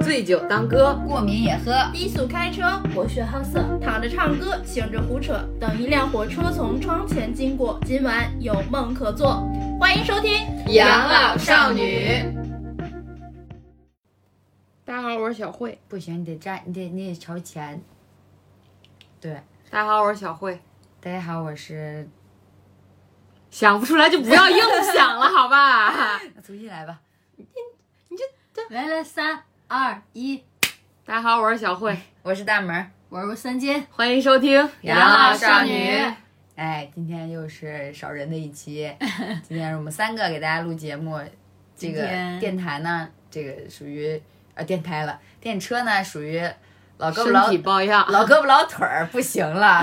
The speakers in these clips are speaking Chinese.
醉酒当歌，过敏也喝。低速开车，博学好色，躺着唱歌，醒着胡扯。等一辆火车从窗前经过，今晚有梦可做。欢迎收听《养老少女》。大家好，我是小慧。不行，你得站，你得你得朝前。对，大家好，我是小慧。大家好，我是想不出来就不要硬想了，好 吧？重新来吧。你这这……来来，三二一，大家好，我是小慧，我是大门，我是三金，欢迎收听《养老少女》。哎，今天又是少人的一期， 今天是我们三个给大家录节目。这个电台呢，这个属于呃电台了，电车呢属于老胳膊身老体抱恙，老胳膊老腿儿不行了，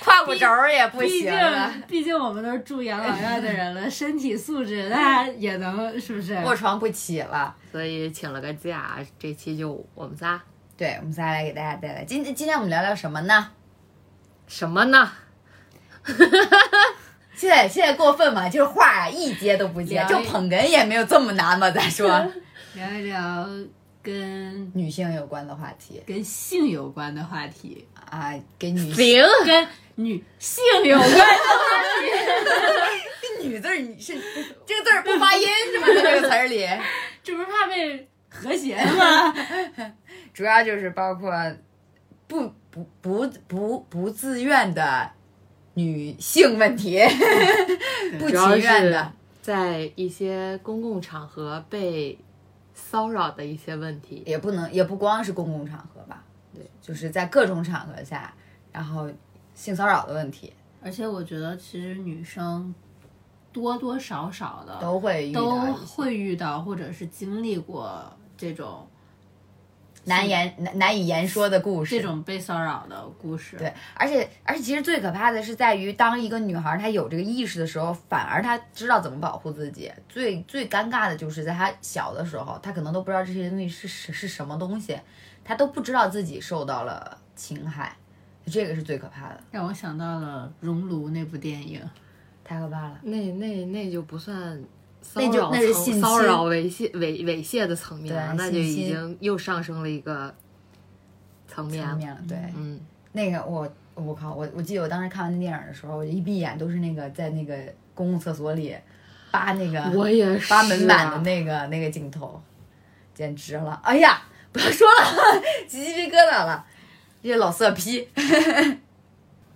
胯骨轴儿也不毕行竟了，毕竟我们都是住养老院的人 了，身体素质大家也能是不是？卧床不起了。所以请了个假，这期就我们仨。对，我们仨来给大家带来今今天我们聊聊什么呢？什么呢？现在现在过分嘛，就是话啊一接都不接，聊一就捧哏也没有这么难吧？咱说 聊一聊跟女性有关的话题跟性有关的话题，啊，给女性行，跟女性有 关。 “女”字儿，你是这个字儿不发音是吧？在这个词儿里， 这不是怕被和谐吗？主要就是包括不不不不不自愿的女性问题， 不主要情愿是的。在一些公共场合被骚扰的一些问题。也不能也不光是公共场合吧，对，就是在各种场合下，然后性骚扰的问题而且我觉得，其实女生多多少少的都会遇都到一些会遇到，或者是经历过这种难言难难以言说的故事。这种被骚扰的故事。对，而且而且其实最可怕的是在于，当一个女孩她有这个意识的时候，反而她知道怎么保护自己。最最尴尬的就是在她小的时候，她可能都不知道这些东西是是是什么东西，她都不知道自己受到了侵害，这个是最可怕的，让我想到了《熔炉》那部电影，太可怕了。那那那就不算骚那就扰那是层性侵骚扰猥亵猥猥亵的层面了，啊对那就性已侵经又上升了一个层面层了。面了，对，嗯，那个我我靠，我我记得我当时看完那电影的时候，我一闭眼都是那个在那个公共厕所里扒那个我也是、啊、扒门板的那个那个镜头，简直了！哎呀，不要说了， 起鸡皮疙瘩了，这老色批。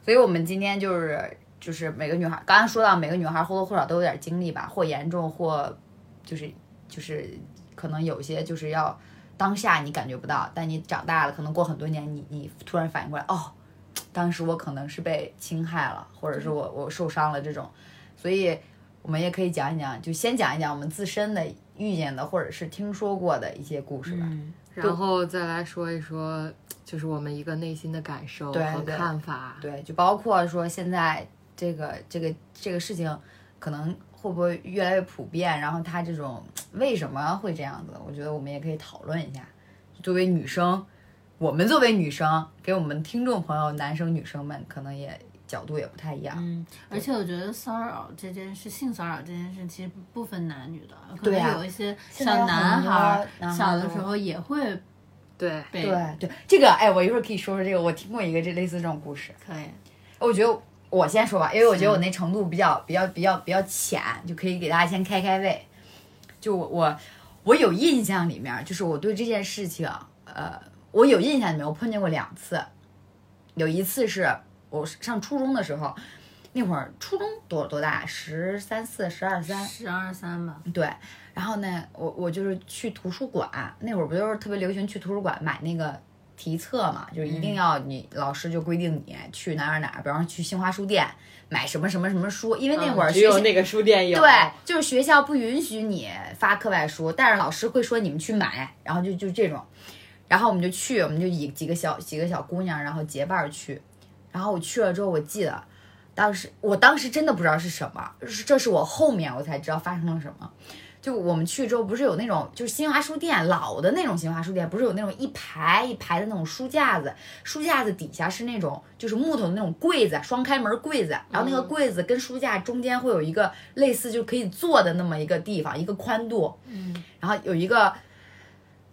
所以我们今天就是就是每个女孩，刚刚说到每个女孩或多或少都有点经历吧，或严重或就是就是可能有些就是要当下你感觉不到，但你长大了，可能过很多年你，你突然反应过来，哦，当时我可能是被侵害了，或者是我我受伤了这种，所以我们也可以讲一讲，就先讲一讲我们自身的遇见的或者是听说过的一些故事吧。嗯，然后再来说一说，就是我们一个内心的感受对和对看法。啊对，就包括说现在这个这个这个事情，可能会不会越来越普遍？然后它这种为什么会这样子？我觉得我们也可以讨论一下。作为女生，我们作为女生，给我们听众朋友，男生女生们可能也角度也不太一样。嗯，而且我觉得骚扰这件事，性骚扰这件事其实不分男女的，可对啊能有一些现小在有男很多孩儿男孩小都的时候也会对被对对，这个哎，我一会儿可以说说这个，我听过一个这类似这种故事。可以，我觉得我先说吧，因为我觉得我那程度比较比较比较比较浅，就可以给大家先开开胃。就我我我有印象里面，就是我对这件事情，呃，我有印象里面我碰见过两次，有一次是我上初中的时候，那会儿初中多多大，十三四、十二三，十二三吧，对，然后呢，我我就是去图书馆，那会儿不就是特别流行去图书馆买那个题册嘛，就是嗯一定要你、老师就规定你去哪儿哪儿，比方说去新华书店买什么什么什么书，因为那会儿嗯 只学校、有那个书店有。啊对，就是学校不允许你发课外书，但是老师会说你们去买，然后就就这种，然后我们就去，我们就以几个小几个小姑娘，然后结伴儿去，然后我去了之后，我记得当时我当时真的不知道是什么，是这是我后面我才知道发生了什么。就我们去之后，不是有那种就是新华书店老的那种新华书店，不是有那种一排一排的那种书架子，书架子底下是那种就是木头的那种柜子，双开门柜子，然后那个柜子跟书架中间会有一个类似就可以坐的那么一个地方，一个宽度，嗯，然后有一个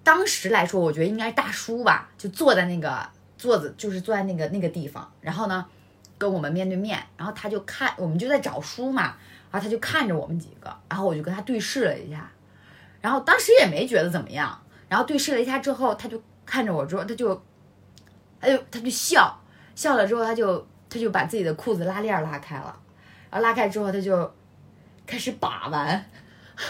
当时来说，我觉得应该是大叔吧，就坐在那个坐子，就是坐在那个那个地方，然后呢，跟我们面对面，然后他就看，我们就在找书嘛，然后他就看着我们几个，然后我就跟他对视了一下，然后当时也没觉得怎么样，然后对视了一下之后，他就看着我之后，他就，他就他就笑，笑了之后，他就他就把自己的裤子拉链拉开了，然后拉开之后，他就开始把玩。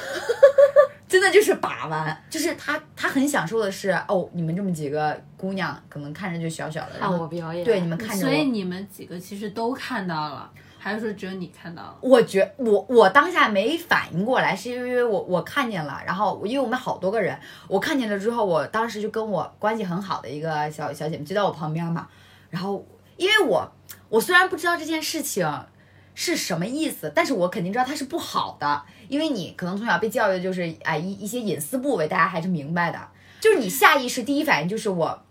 真的就是把玩，就是他他很享受的是哦，你们这么几个姑娘可能看着就小小的，然看我后表演，对你们看着所我，以你们几个其实都看到了，还是说只有你看到了？我觉我我当下没反应过来，是因为我我看见了，然后因为我们好多个人，我看见了之后，我当时就跟我关系很好的一个小小姐妹就在我旁边嘛，然后因为我我虽然不知道这件事情是什么意思，但是我肯定知道它是不好的，因为你可能从小被教育的就是哎一一些隐私部位，大家还是明白的，就是你下意识第一反应就是我。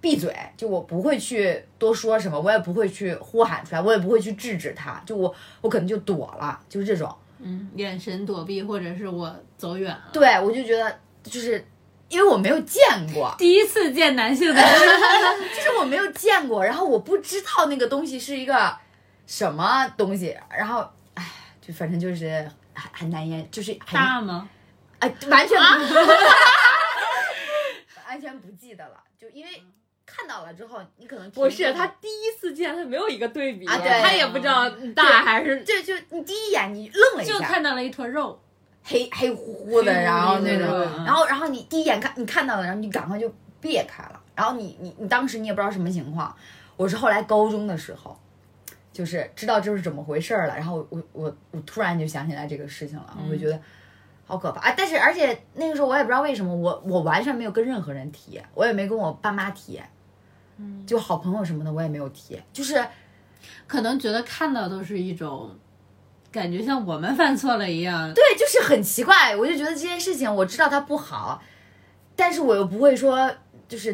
闭嘴！就我不会去多说什么，我也不会去呼喊出来，我也不会去制止他。就我我可能就躲了，就是这种。嗯，眼神躲避，或者是我走远了。对，我就觉得就是因为我没有见过，第一次见男性的人， 就是我没有见过，然后我不知道那个东西是一个什么东西，然后唉，就反正就是很很难言，就是很大吗？哎，完全不， 完全不记得了，就因为看到了之后，你可能不是停顿他第一次见，他没有一个对比，啊对嗯他也不知道大还是对，就你第一眼你愣了一下，就看到了一坨肉，黑黑乎乎的，黑乎乎的然后那种，嗯然后然后你第一眼看你看到了，然后你赶快就别开了，然后你你你当时你也不知道什么情况，我是后来高中的时候，就是知道这是怎么回事儿了，然后我我我突然就想起来这个事情了，我就觉得。好可怕啊！但是而且那个时候我也不知道为什么，我我完全没有跟任何人提，我也没跟我爸妈提，嗯，就好朋友什么的我也没有提，就是可能觉得看到都是一种感觉，像我们犯错了一样。对，就是很奇怪，我就觉得这件事情我知道它不好，但是我又不会说就是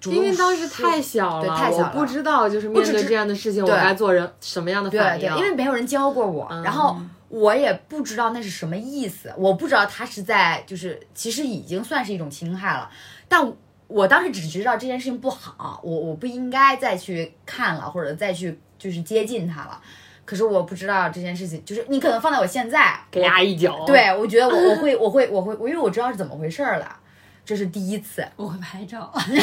主动因为当时说太小对了，太小了我不知道就是不面只对知这样的事情，我对该做人什么样的对反对应。，啊嗯因为没有人教过我，然后我也不知道那是什么意思，我不知道他是在就是其实已经算是一种侵害了，但我当时只知道这件事情不好，我我不应该再去看了或者再去就是接近他了。可是我不知道这件事情，就是你可能放在我现在，给他一脚，，对我觉得我我会我会我会我因为我知道是怎么回事儿了，这是第一次，我会拍照，遇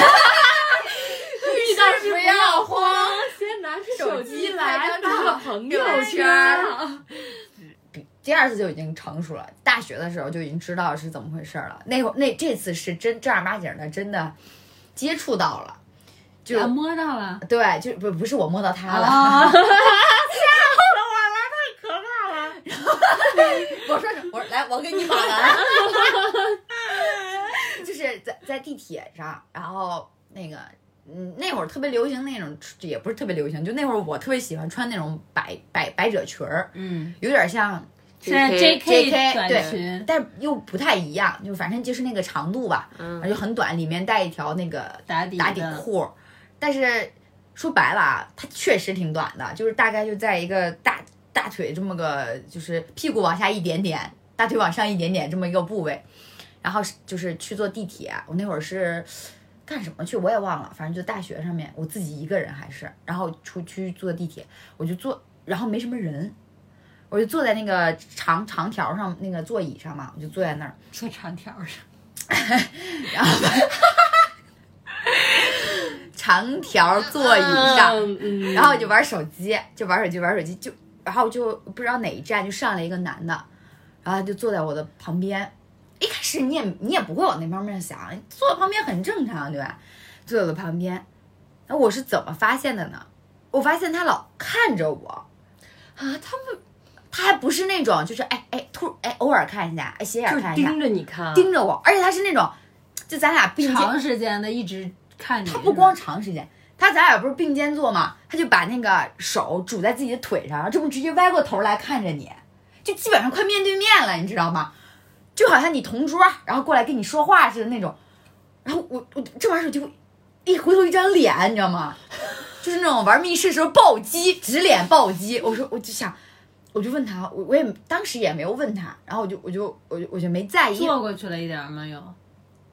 到是不要慌。先拿出手机机来来发发朋友友圈圈儿。第二次就已经成熟了，大学的时候就已经知道是怎么回事儿了。那会儿那这次是真正儿八经的，真的接触到了，就啊摸到了。对，就不不是我摸到他了， 啊， 我说我说来，我给你把完， 就是在在地铁上，然后那个嗯，那会儿特别流行那种，也不是特别流行，就那会儿我特别喜欢穿那种百百百褶裙儿，嗯，有点像现在 JK JK 对短裙，但又不太一样，就反正就是那个长度吧，嗯而且很短，里面带一条那个打底打底的裤。但是说白了啊，它确实挺短的，就是大概就在一个大大腿这么个，就是屁股往下一点点，大腿往上一点点这么一个部位。然后是就是去坐地铁，我那会儿是干什么去我也忘了，反正就大学上面我自己一个人还是，然后出去坐地铁，我就坐，然后没什么人。我就坐在那个长长条上那个座椅上嘛，我就坐在那儿，做长条儿上，然后长条座椅上，嗯然后我就玩手机，就玩手机，玩手机，就然后就不知道哪一站就上来一个男的，然后他就坐在我的旁边。一开始你也你也不会往那方面想，坐我旁边很正常，对吧？坐在我的旁边，那我是怎么发现的呢？我发现他老看着我，啊，他们他还不是那种就是哎哎突哎偶尔看一下，哎斜眼就是看一下，盯着你看，盯着我，而且他是那种就咱俩并肩长时间的一直看你。他不光长时间，他咱俩不是并肩坐嘛，他就把那个手拄在自己的腿上，这么直接歪过头来看着你，就基本上快面对面了，你知道吗？就好像你同桌，然后过来跟你说话似的那种。然后我我这玩意儿就一回头一张脸，你知道吗？就是那种玩密室的时候暴击，直脸暴击。我说我就想，我就问他，我我也当时也没有问他，然后我就我就我就我就没在意，坐过去了一点儿吗？有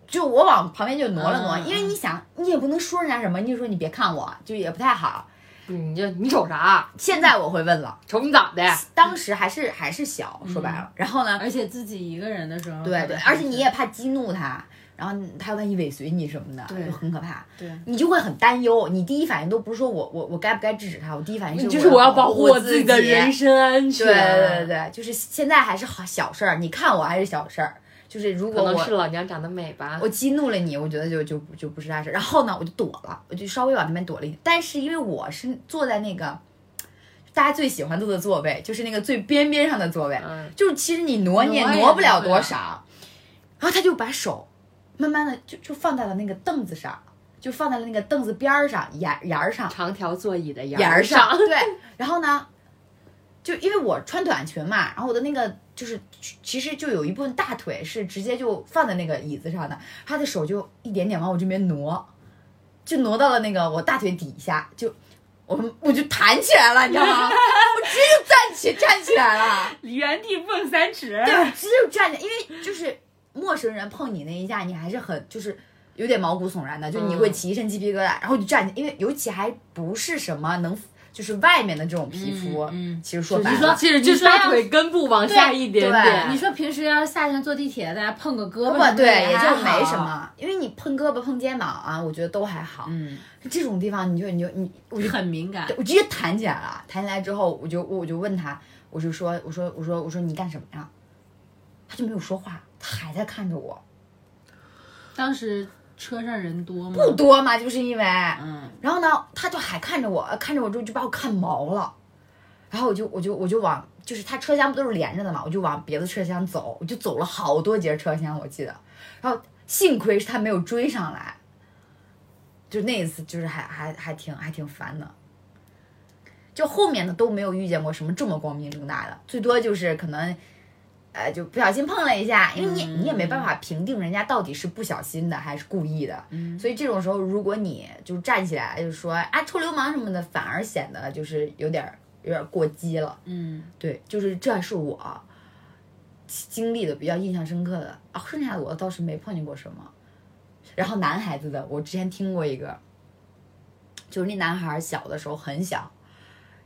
就我往旁边就挪了挪，嗯因为你想，你也不能说人家什么，你就说你别看我，就也不太好。你这你瞅啥？现在我会问了，瞅你咋的？当时还是还是小，说白嗯了，然后呢，而且自己一个人的时候，对对，而且你也怕激怒他，然后他万一尾随你什么的，对就很可怕。对，你就会很担忧，你第一反应都不是说我我我该不该制止他，我第一反应嗯就是是我要保保护我我自己的人。身安全。对对对对，就是现在还是好小事儿，你看我还是小事儿，就是如果可能我是老娘长得美吧。我激怒了你，我觉得就就不就不是大事。然后呢，我就躲了，我就稍微往那边躲了一点。但是因为我是坐在那个大家最喜欢坐的座位，就是那个最边边上的座位，嗯，就是其实你挪你也挪也挪不了挪不了多少。然后他就把手慢慢的就就放在了那个凳子上，就放在了那个凳子边儿上沿沿儿上长条座椅的沿沿儿儿 上，对。然后呢，就因为我穿短裙嘛，然后我的那个就是其实就有一部分大腿是直接就放在那个椅子上的，他的手就一点点往我这边挪，就挪到了那个我大腿底下，就我我就弹起来了，你知道吗？我直接就站起站起来了，原地蹦三尺，对，我直接就哎站起来，因为就是陌生人碰你那一下，你还是很就是。有点毛骨悚然的，就你会嗯起一身鸡皮疙瘩，然后就站起，因为尤其还不是什么能，就是外面的这种皮肤，嗯嗯其实说就白是了，说，其实就你是说大要腿根部往下一点点。你说平时要是夏天坐地铁，大家碰个胳膊胳什么膊的，对也还就没好什。么，因为你碰胳膊碰肩膀啊，我觉得都还好。嗯，这种地方你就你就你，我就很敏感对，我直接弹起来了。弹起来之后，我就我就问他，我就说我说我说我说你干什么呀？他就没有说话，他还在看着我。当时车上人多吗？不多嘛，就是因为，嗯，然后呢，他就还看着我，看着我之后就把我看毛了。然后我就我就我就往，就是他车厢不都是连着的嘛，我就往别的车厢走，我就走了好多节车厢，我记得。然后幸亏是他没有追上来，就那一次就是还还还挺还挺烦的。就后面的都没有遇见过什么这么光明正大的，最多就是可能，呃，就不小心碰了一下，因为你你也没办法评定人家到底是不小心的还是故意的，所以这种时候如果你就站起来就说啊臭流氓什么的，反而显得就是有点儿有点儿过激了。嗯，对，就是这是我经历的比较印象深刻的啊，剩下的我倒是没碰见过什么。然后男孩子的，我之前听过一个，就是那男孩儿小的时候很小，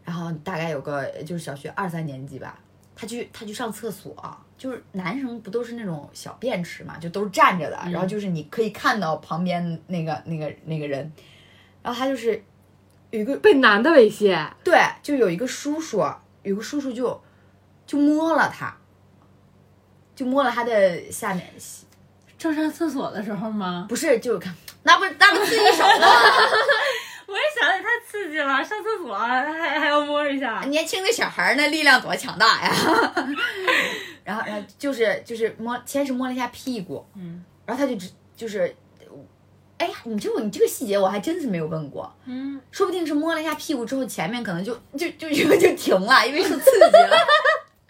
然后大概有个就是小学二三年级吧，他去他去上厕所，就是男生不都是那种小便池嘛，就都是站着的，然后就是你可以看到旁边那个那个那个人，然后他就是有一个被男的猥亵，对，就有一个叔叔，有个叔叔就就摸了他，就摸了他的下面，正上厕所的时候吗？不是，就是看，那不是那不是自己手吗？ 我也哎想起来太刺激了，上厕所还还要摸一下。年轻的小孩儿那力量多强大呀！ 然后，然后就是就是摸，先是摸了一下屁股，嗯，然后他就只就是，哎呀，你这个你这个细节我还真是没有问过，嗯，说不定是摸了一下屁股之后，前面可能就就就 就就停了，因为受刺激了，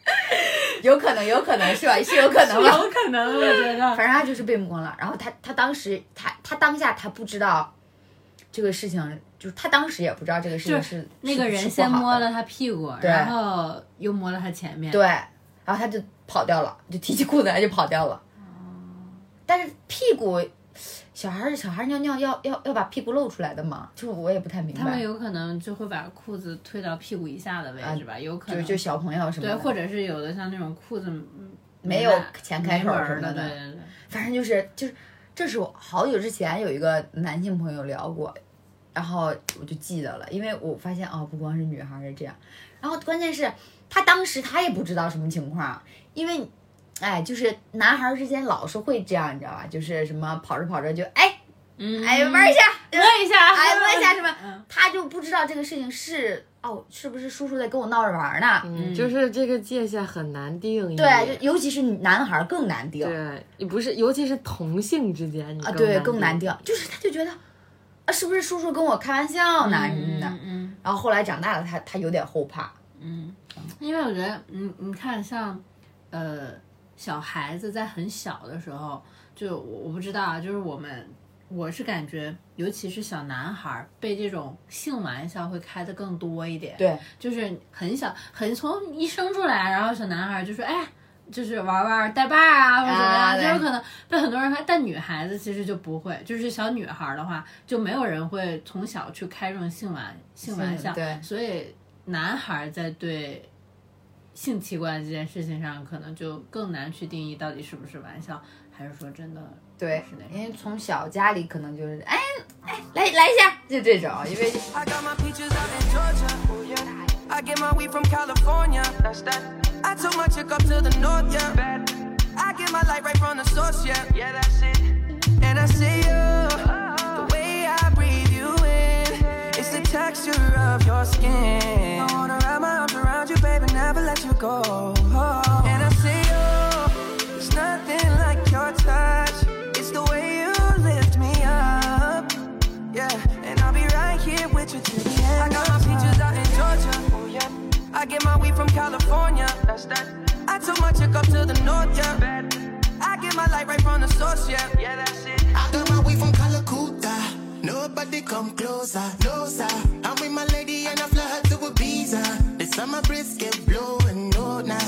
有可能，有可能是吧？是有可能吧？有可能，我觉得。反正他就是被摸了，然后他他当时他他当下他不知道这个事情，就是他当时也不知道这个事情就是那个是人是不好先的摸了他屁股，对然后又摸了他前面。对，然后他就跑掉了，就提起裤子来就跑掉哦了。但是屁股，小孩儿小孩儿尿尿要要要把屁股露出来的嘛，就是我也不太明他们白，有可能就会把裤子推到屁股以下的位置吧，有可啊就能。就小朋友什么对，的，或者是有的像那种裤子嗯没有买前开没口门什儿么的，对的，对对。反正就是就是，这是我好久之前有一个男性朋友聊过，然后我就记得了，因为我发现哦，不光是女孩是这样，然后关键是他当时他也不知道什么情况，因为，哎，就是男孩之间老是会这样，你知道吧？就是什么跑着跑着就哎嗯，哎玩一下，摸一下，哎 摸一下什么，嗯他就不知道这个事情是哦，是不是叔叔在跟我闹着玩呢？嗯，就是这个界限很难定义。对，就尤其是男孩更难定。对，你不是，尤其是同性之间，你啊，对，更更难定。定，就是他就觉得，啊，是不是叔叔跟我开玩笑呢什么嗯的。嗯嗯然后后来长大了，他他有点后怕，嗯，因为我觉得，你你看像，呃，小孩子在很小的时候，就我我不知道啊，就是我们，我是感觉，尤其是小男孩儿被这种性玩笑会开的更多一点。对，就是很小，很从一生出来，然后小男孩就说：“哎，就是玩玩带把儿啊，或者怎么样，啊对就有可能被很多人发。但女孩子其实就不会，就是小女孩儿的话，就没有人会从小去开这种性玩性玩笑。对所以男孩儿在对性器官这件事情上，可能就更难去定义到底是不是玩笑，还是说真的对是那，种因为从小家里可能就是哎哎来来一下，就这种，因为 I got my peaches out in Georgia. Oh yeah. I get my weed from California. That's that. I took my chick up to the north, yeah. Bad. I get my light right from the source, yeah. Yeah, that's it. And I see you. The way I breathe you in. It's the texture of your skin. I wanna wrap my arms around you, baby, never let you go. And I see you. There's nothing like your touch. It's the way you lift me up. Yeah, and I'll be right here with you till the end. I got my peaches out in Georgia. Oh yeah. I get my weed from California. That's that. I took my chick up to the north, yeah. I get my light right from the source, yeah. Yeah, that's it. I got my weed from Calacuta. Nobody come closer, closer. I'm with my lady and I fly her to Ibiza. The summer breeze keep blowing, oh nah.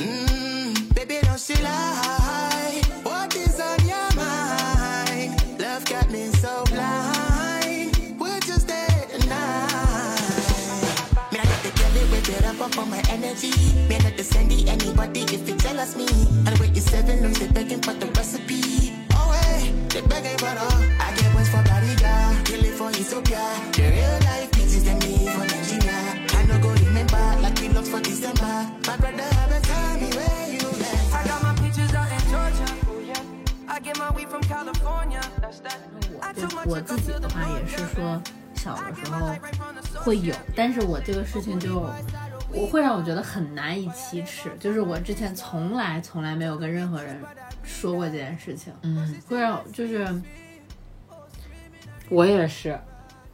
Mmm, baby don't she lie? What is on your mind? Love got me so blind. We'll just stay the night. Me I got the girl with it up up on my energy. Me not descending anybody if you jealous me. I wait you seven lose the begging for the recipe. Oh hey, they begging for all. I get wins for Bariga, kill it for Ethiopia. The real life pieces them me for Nigeria. I no go remember like we lost for December. My brother have a time where you left. I got my peaches out in Georgia. Oh yeah. I get my weed from California. That's that. 我就我自己的话也是说，小的时候会有，但是我这个事情就我会让我觉得很难以启齿，就是我之前从来从来没有跟任何人说过这件事情，嗯，会让我就是我也是，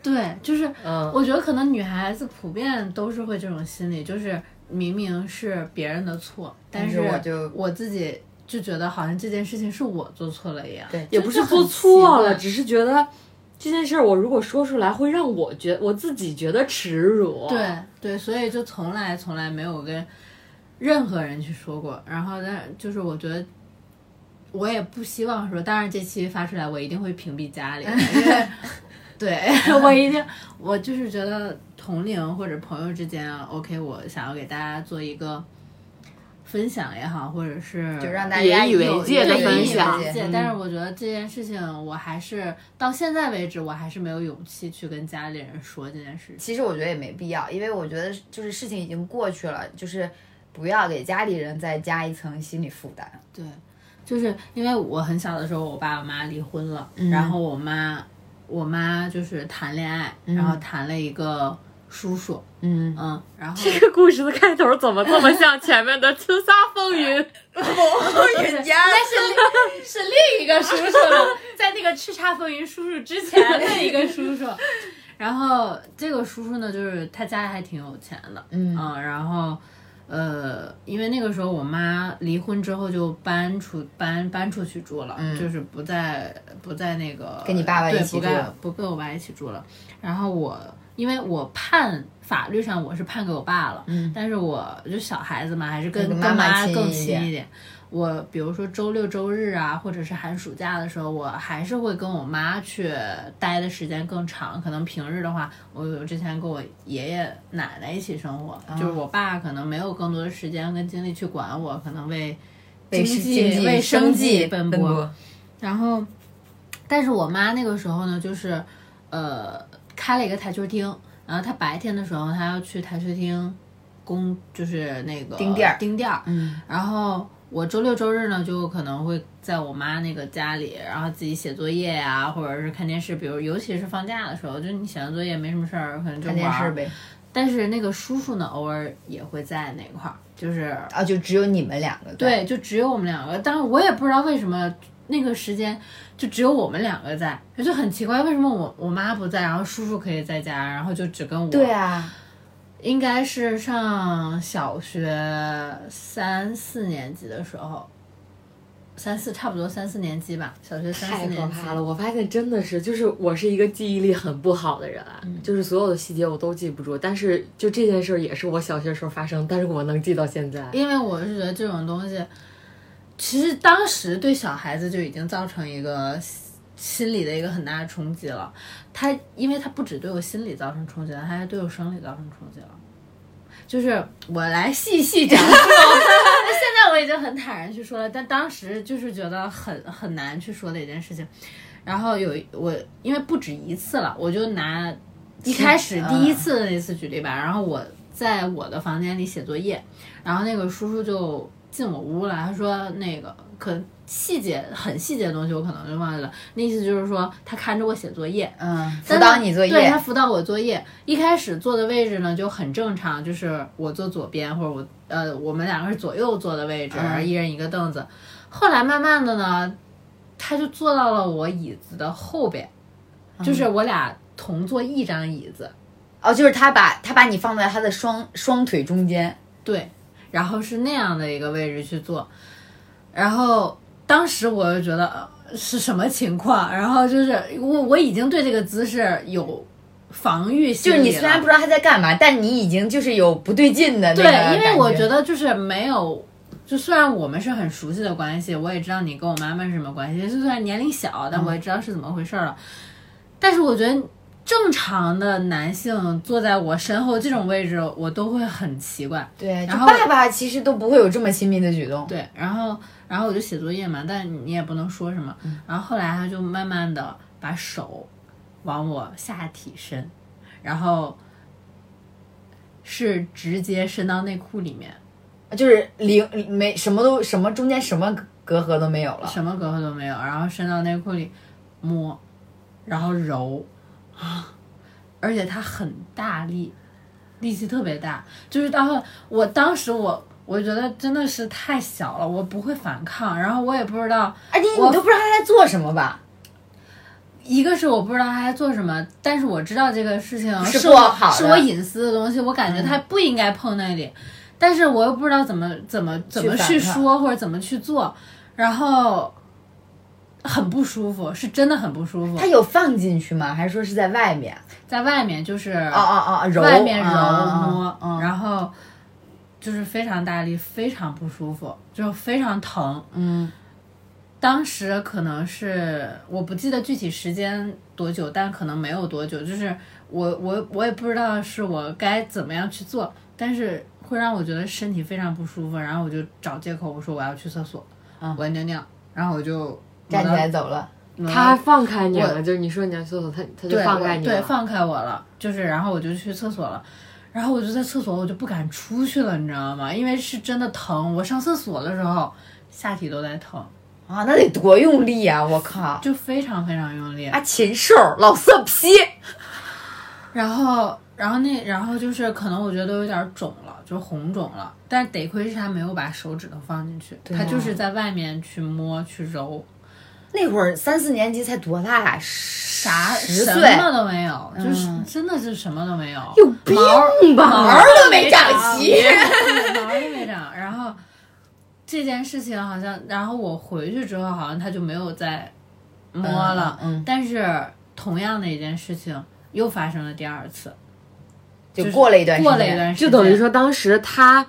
对，就是嗯，我觉得可能女孩子普遍都是会这种心理，就是明明是别人的错，但是但是我就我自己就觉得好像这件事情是我做错了一样，对就也不是就做很错奇怪了，只是觉得这件事儿，我如果说出来，会让我觉我自己觉得耻辱。对对，所以就从来从来没有跟任何人去说过。然后，但就是我觉得，我也不希望说，当然这期发出来，我一定会屏蔽家里，因为 对 我一定，我就是觉得同龄或者朋友之间啊，OK，我想要给大家做一个。分享也好，或者是就让大家引以为有戒的有分意享见对嗯但是我觉得这件事情，我还是到现在为止，我还是没有勇气去跟家里人说这件事情。其实我觉得也没必要，因为我觉得就是事情已经过去了，就是不要给家里人再加一层心理负担。对，就是因为我很小的时候，我爸我妈离婚了，然后我妈我妈就是谈恋爱，然后谈了一个叔叔，嗯嗯，然后这个故事的开头怎么这么像前面的《叱咤风云》？人家是另一个叔 叔了，在那个叱咤风云叔叔之前的一个叔叔。然后这个叔叔呢，就是他家还挺有钱的，嗯然后呃，因为那个时候我妈离婚之后就搬出搬搬出去住了，就是不在不在那个嗯跟你爸爸对一起不住跟不跟我爸一起住了。然后我因为我判法律上我是判给我爸了，但是我就小孩子嘛，还是跟嗯跟跟妈妈妈亲更一亲点一点。我比如说周六周日啊，或者是寒暑假的时候，我还是会跟我妈去待的时间更长。可能平日的话，我有之前跟我爷爷奶奶一起生活，啊就是我爸可能没有更多的时间跟精力去管我，可能为为经是济经济为生计奔波。然后，但是我妈那个时候呢，就是呃开了一个台球厅，然后她白天的时候她要去台球厅工，就是那个盯店儿盯店儿，嗯，然后。我周六周日呢，就可能会在我妈那个家里，然后自己写作业呀、或者是看电视。比如，尤其是放假的时候，就你写完作业没什么事儿，可能就看玩电视儿。呗。但是那个叔叔呢，偶尔也会在那块儿，就是啊，就只有你们两个在对，就只有我们两个。当然，我也不知道为什么那个时间就只有我们两个在，就很奇怪，为什么我我妈不在，然后叔叔可以在家，然后就只跟我。对，啊，应该是上小学三四年级的时候，三四差不多三四年级吧，小学三四 太可年级。怕了！我发现真的是，就是我是一个记忆力很不好的人啊，嗯就是所有的细节我都记不住。但是就这件事儿也是我小学时候发生，但是我能记到现在。因为我是觉得这种东西，其实当时对小孩子就已经造成一个心心理的一个很大的冲击了。他因为他不只对我心理造成冲击了，他还对我生理造成冲击了。就是我来细细讲述， 现在我已经很坦然去说了，但当时就是觉得很很难去说的一件事情。然后有我，因为不止一次了，我就拿一开始第一次的那次举例吧。然后我在我的房间里写作业，然后那个叔叔就进我屋了，他说那个可能细节很细节的东西我可能就忘记了，那意思就是说他看着我写作业，嗯，但辅导他你作对业他，辅导我作业。一开始坐的位置呢就很正常，就是我坐左边或者我呃我们两个是左右坐的位置，嗯一人一个凳子。后来慢慢的呢，他就坐到了我椅子的后边，嗯就是我俩同坐一张椅子。哦，就是他把他把你放在他的双双腿中间，对，然后是那样的一个位置去做，然后当时我就觉得呃是什么情况，然后就是我我已经对这个姿势有防御就心理了，是你虽然不知道他在干嘛，但你已经就是有不对劲的那个对，因为我感觉得就是没有，就虽然我们是很熟悉的关系，我也知道你跟我妈妈是什么关系，就虽然年龄小，但我也知道是怎么回事儿了。但是我觉得正常的男性坐在我身后这种位置，我都会很奇怪。对，就然后爸爸其实都不会有这么亲密的举动，对，然后然后我就写作业嘛，但你也不能说什么。然后后来他就慢慢的把手往我下体伸，然后是直接伸到内裤里面，就是零没什么都什么中间什么隔阂都没有了，什么隔阂都没有，然后伸到内裤里摸，然后揉， 而且他很大力，力气特别大，就是到后我当时我。我觉得真的是太小了，我不会反抗，然后我也不知道而且你我都不知道他在做什么吧？一个是我不知道他在做什么，但是我知道这个事情是我不好的嗯是我隐私的东西，我感觉他不应该碰那里，但是我又不知道怎么怎么怎么去反抗说或者怎么去做，然后很不舒服，是真的很不舒服他。有放进去吗？还是说是在外面？在外面就是哦哦哦，揉外面揉啊摸啊，啊然后就是非常大力，非常不舒服，就是非常疼。嗯，当时可能是我不记得具体时间多久，但可能没有多久，就是我我我也不知道是我该怎么样去做，但是会让我觉得身体非常不舒服，然后我就找借口我说我要去厕所，嗯我要尿尿，然后我就站起来走了。挪到他还放开你嗯我了，就是你说你要去厕所，他他就对放开你我对，了。放开我了，就是然后我就去厕所了，然后我就在厕所，我就不敢出去了，你知道吗？因为是真的疼，我上厕所的时候下体都在疼，啊，那得多用力啊！我靠，就非常非常用力。哎啊，禽兽，老色批，然后，然后那，然后就是可能我觉得都有点肿了，就是红肿了，但是得亏是他没有把手指头放进去，啊他就是在外面去摸去揉，那会儿三四年级才多大呀、啥啥十什岁么都没有，就是嗯真的是什么都没有，有病吧？毛儿都没长齐。毛都没长。然后这件事情好像，然后我回去之后，好像他就没有再摸了。嗯嗯但是同样的一件事情又发生了第二次，就是过了一段时间过了一段时就间，等于说当时他。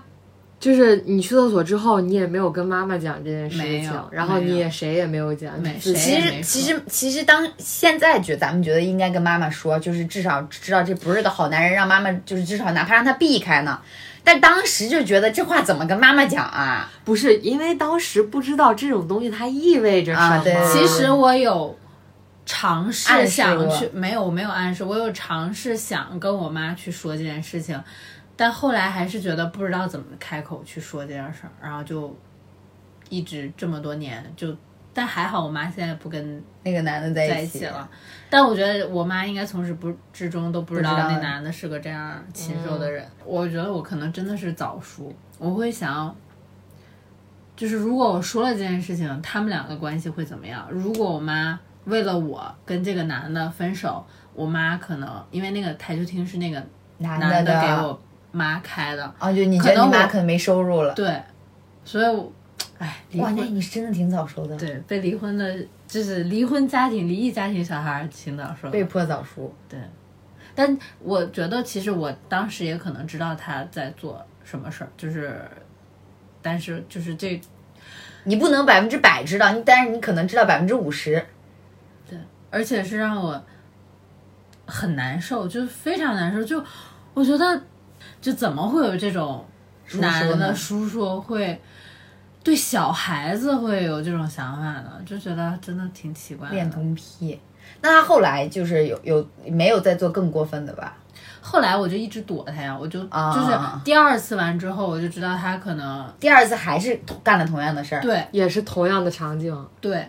就是你去厕所之后，你也没有跟妈妈讲这件事没情有，然后没你有也谁也没有讲，没自己谁其也实没其说实其实当现在觉咱们觉得应该跟妈妈说，就是至少知道这不是个好男人，让妈妈就是至少哪怕让他避开呢。但当时就觉得这话怎么跟妈妈讲啊？不是因为当时不知道这种东西它意味着什么。啊对其实我有尝试暗示想过去，没有，我没有暗示，我有尝试想跟我妈去说这件事情，但后来还是觉得不知道怎么开口去说这件事儿，然后就一直这么多年就。但还好，我妈现在不跟那个男的在在一一起了。但我觉得我妈应该从始不至终都不知道不知道嗯那男的是个这样禽兽的人。我觉得我可能真的是早熟，我会想，就是如果我说了这件事情，他们两个关系会怎么样？如果我妈为了我跟这个男的分手，我妈可能因为那个台球厅是那个男男的给我妈开的，啊，就你觉得可能你妈我可能没收入了，对，所以我哎，离哇，那婚你真的挺早熟的，对被离婚的，就是离婚家庭、离异家庭小孩儿挺早熟的，被迫早熟。对，但我觉得其实我当时也可能知道他在做什么事儿，就是，但是就是这你不能百分之百知道，你但是你可能知道百分之五十。而且是让我很难受，就非常难受。就我觉得，就怎么会有这种叔男的呢叔叔会对小孩子会有这种想法呢？就觉得真的挺奇怪恋的。童癖。那他后来就是有有没有再做更过分的吧？后来我就一直躲他呀，我就、啊就是第二次完之后，我就知道他可能第二次还是同干了同样的事儿。对也是同样的场 景，对。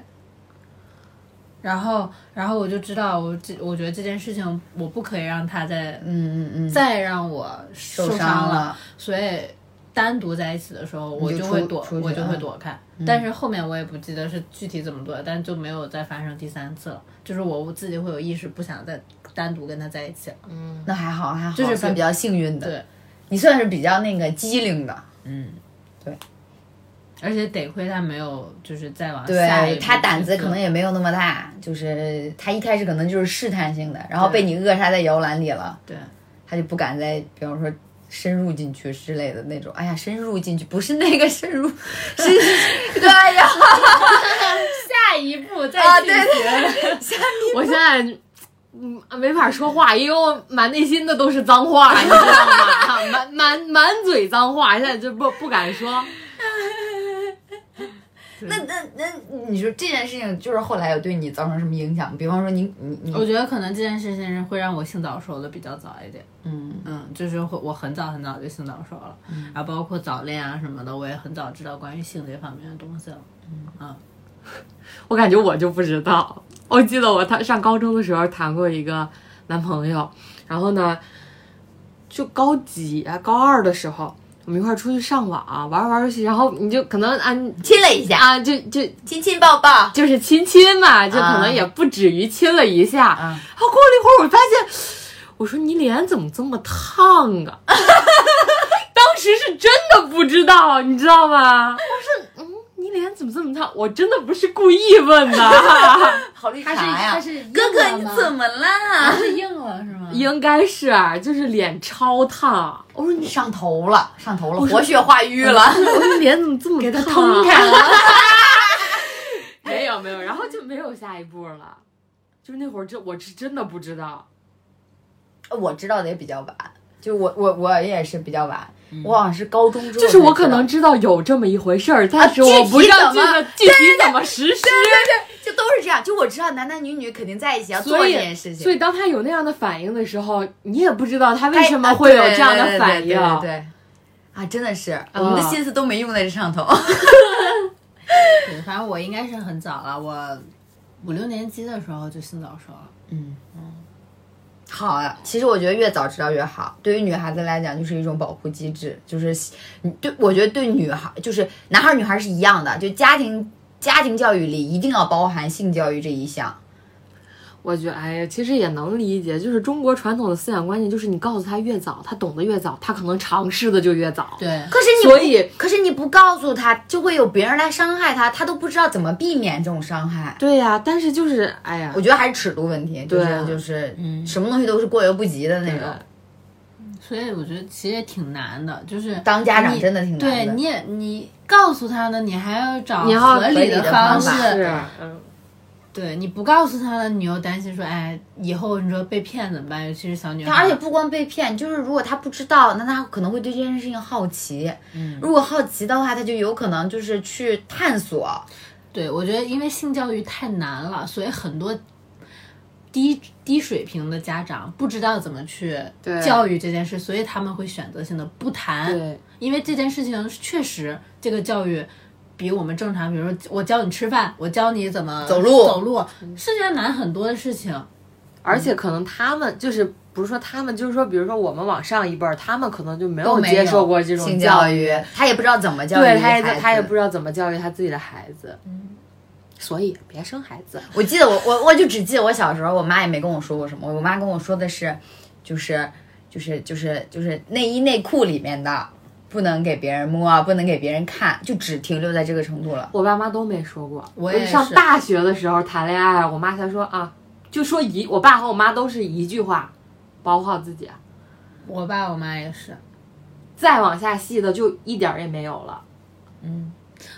然后，然后我就知道，我这我觉得这件事情我不可以让他再、嗯嗯嗯，再让我受受伤伤了，。所以单独在一起的时候，我你就就出会躲，出去我就会嗯躲开。但是后面我也不记得是具体怎么做的，但就没有再发生第三次了。就是我自己会有意识，不想再单独跟他在一起了。那还好还好，就是算比比较幸运的。对，啊你算是比较那个机灵的。而且得亏他没有，就是再往下一对步他胆去子做可能也没有那么大，就是他一开始可能就是试探性的，然后对被你扼杀在摇篮里了，对他就不敢再，比方说深入进去之类的那种。哎呀，深入进去不是那个深 入，是哎呀，下一步再啊进对行。我现在。嗯，没法说话，因为我满内心的都是脏话， 你知道吗？满满满嘴脏话，现在就不不敢说。那那那你说这件事情就是后来有对你造成什么影响？比方说你你我哦你觉得可能这件事情是会让我性早熟的比较早一点。嗯，嗯，就是会我很早很早就性早熟了，然后包括早恋啊什么的，我也很早知道关于性这方面的东西了。我感觉我就不知道。我记得我他上高中的时候谈过一个男朋友，然后呢，就高几啊高二的时候，我们一块儿出去上网玩儿玩儿游戏，然后你就可能啊你亲了一下，啊就就亲亲抱抱，就是亲亲嘛，就可啊能也不止于亲了一下。啊然后过了一会儿，我发现，我说你脸怎么这么烫啊？ 当时是真的不知道，你知道吗？我说，嗯，你脸怎么这么烫？我真的不是故意问的。好绿茶他是呀他！是哥哥你么怎么啦？是硬了是 吗？应该是，啊就是脸超烫。 我说你上头了，上头了，活血化瘀了。我说脸怎么这么给他通开了？ 没有没有，然后就没有下一步了。就是那会儿，真我是真的不知道。嗯 我知道的也比较晚，就我我我也是比较晚，我好像是高中之后，嗯就是我可能知道有这么一回啊事儿，但是我不知道这个具体怎么实施。就都是这样，就我知道男男女女肯定在一起要做所这以件事，情，所以当他有那样的反应的时候，你也不知道他为什么会有这样的反应。嗯哎啊啊对对对对对对啊，真的是我们的心思都没用在这上头。对，反正我应该是很早了，我五六年级的时候就性早熟了。好啊，其实我觉得越早知道越好。对于女孩子来讲，就是一种保护机制，就是你对我觉得对女孩就是男孩儿女孩儿是一样的，就家庭家庭教育里一定要包含性教育这一项。我觉得，哎呀，其实也能理解，就是中国传统的思想观念，就是你告诉他越早，他懂得越早，他可能尝试的就越早。对，可是你所以可是你不告诉他，就会有别人来伤害他，他都不知道怎么避免这种伤害。对呀、但是就是，哎呀我，觉得还是尺度问题，就是、对啊就是，什么东西都是过犹不及的那种。所以我觉得其实也挺难的，就是当家长你真的挺难对，的你也你告诉他呢，你还要找你要合合理理的方方法式。是，嗯，对，你不告诉他呢，你又担心说，哎，以后你说被骗怎么办？尤其是小女他嗯孩，而且不光被骗，就是如果他不知道，那他可能会对这件事情好奇。嗯，如果好奇的话，他就有可能就是去探索。对，我觉得因为性教育太难了，所以很多低低水平的家长不知道怎么去对教育这件事，所以他们会选择性的不谈。对，因为这件事情确实这个教育。比我们正常，比如说我教你吃饭，我教你怎么走路走路是件难很多的事情。而且可能他们就是不是说他们，就是说，比如说我们往上一辈儿，他们可能就没都有没接受有过这种性教教育，他也不知道怎么教育对他也孩子他也不知道怎么教育他自己的孩子，所以别生孩子。我记得我我我就只记得我小时候，我妈也没跟我说过什么。我妈跟我说的是，就是就是就是就是内衣内裤里面的，不能给别人摸，不能给别人看，就只停留在这个程度了。我爸妈都没说过。我我也是上大学的时候谈恋爱，我妈才说啊，就说一，我爸和我妈都是一句话，保护好自己。啊我爸我妈也是，再往下细的就一点儿也没有了。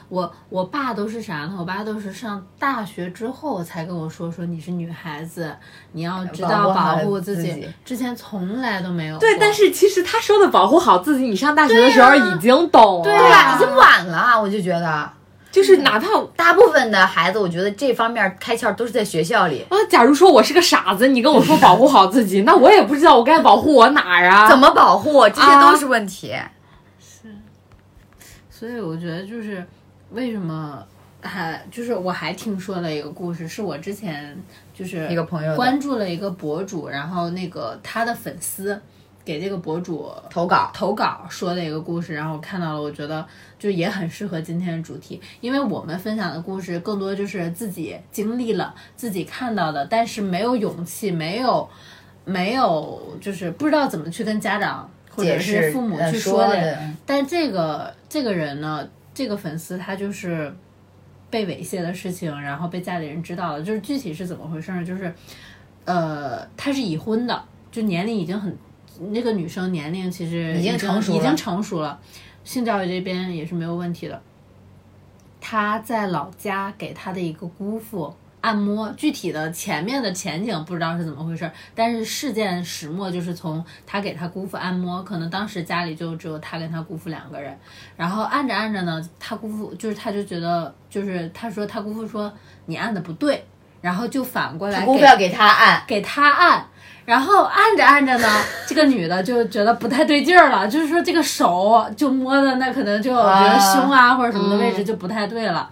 我我爸都是啥呢？我爸都是上大学之后才跟我说说你是女孩子，你要知道呃保护好保护自自己之前从来都没有过。对，但是其实他说的保护好自己，你上大学的时候已经懂了，对对啊吧？已经晚了，我就觉得就是哪怕我大部分的孩子，我觉得这方面开窍都是在学校里。啊，假如说我是个傻子，你跟我说保护好自己，那我也不知道我该保护我哪儿啊？怎么保护，这些都是问题。所以我觉得就是为什么还就是我还听说了一个故事，是我之前就是一个朋友的关注了一个博主，然后那个他的粉丝给这个博主投稿，投稿说的一个故事，然后我看到了，我觉得就也很适合今天的主题，因为我们分享的故事更多就是自己经历了、自己看到的，但是没有勇气，没有没有就是不知道怎么去跟家长或者解释是父母呃去说的。的但这个这个人呢，这个粉丝他就是被猥亵的事情，然后被家里人知道了，就是具体是怎么回事呢？就是呃，他是已婚的，就年龄已经很，那个女生年龄其实已经成熟了已经成熟了，性教育这边也是没有问题的。她在老家给她的一个姑父按摩，具体的前面的前景不知道是怎么回事，但是事件始末就是从她给她姑父按摩，可能当时家里就只有她跟她姑父两个人，然后按着按着呢，她姑父就是她就觉得就是她说她姑父说你按的不对，然后就反过来姑给父要给他按，给他按，然后按着按着呢， 这个女的就觉得不太对劲儿了，就是说这个手就摸的那可能就比如胸啊或者什么的位置就不太对了，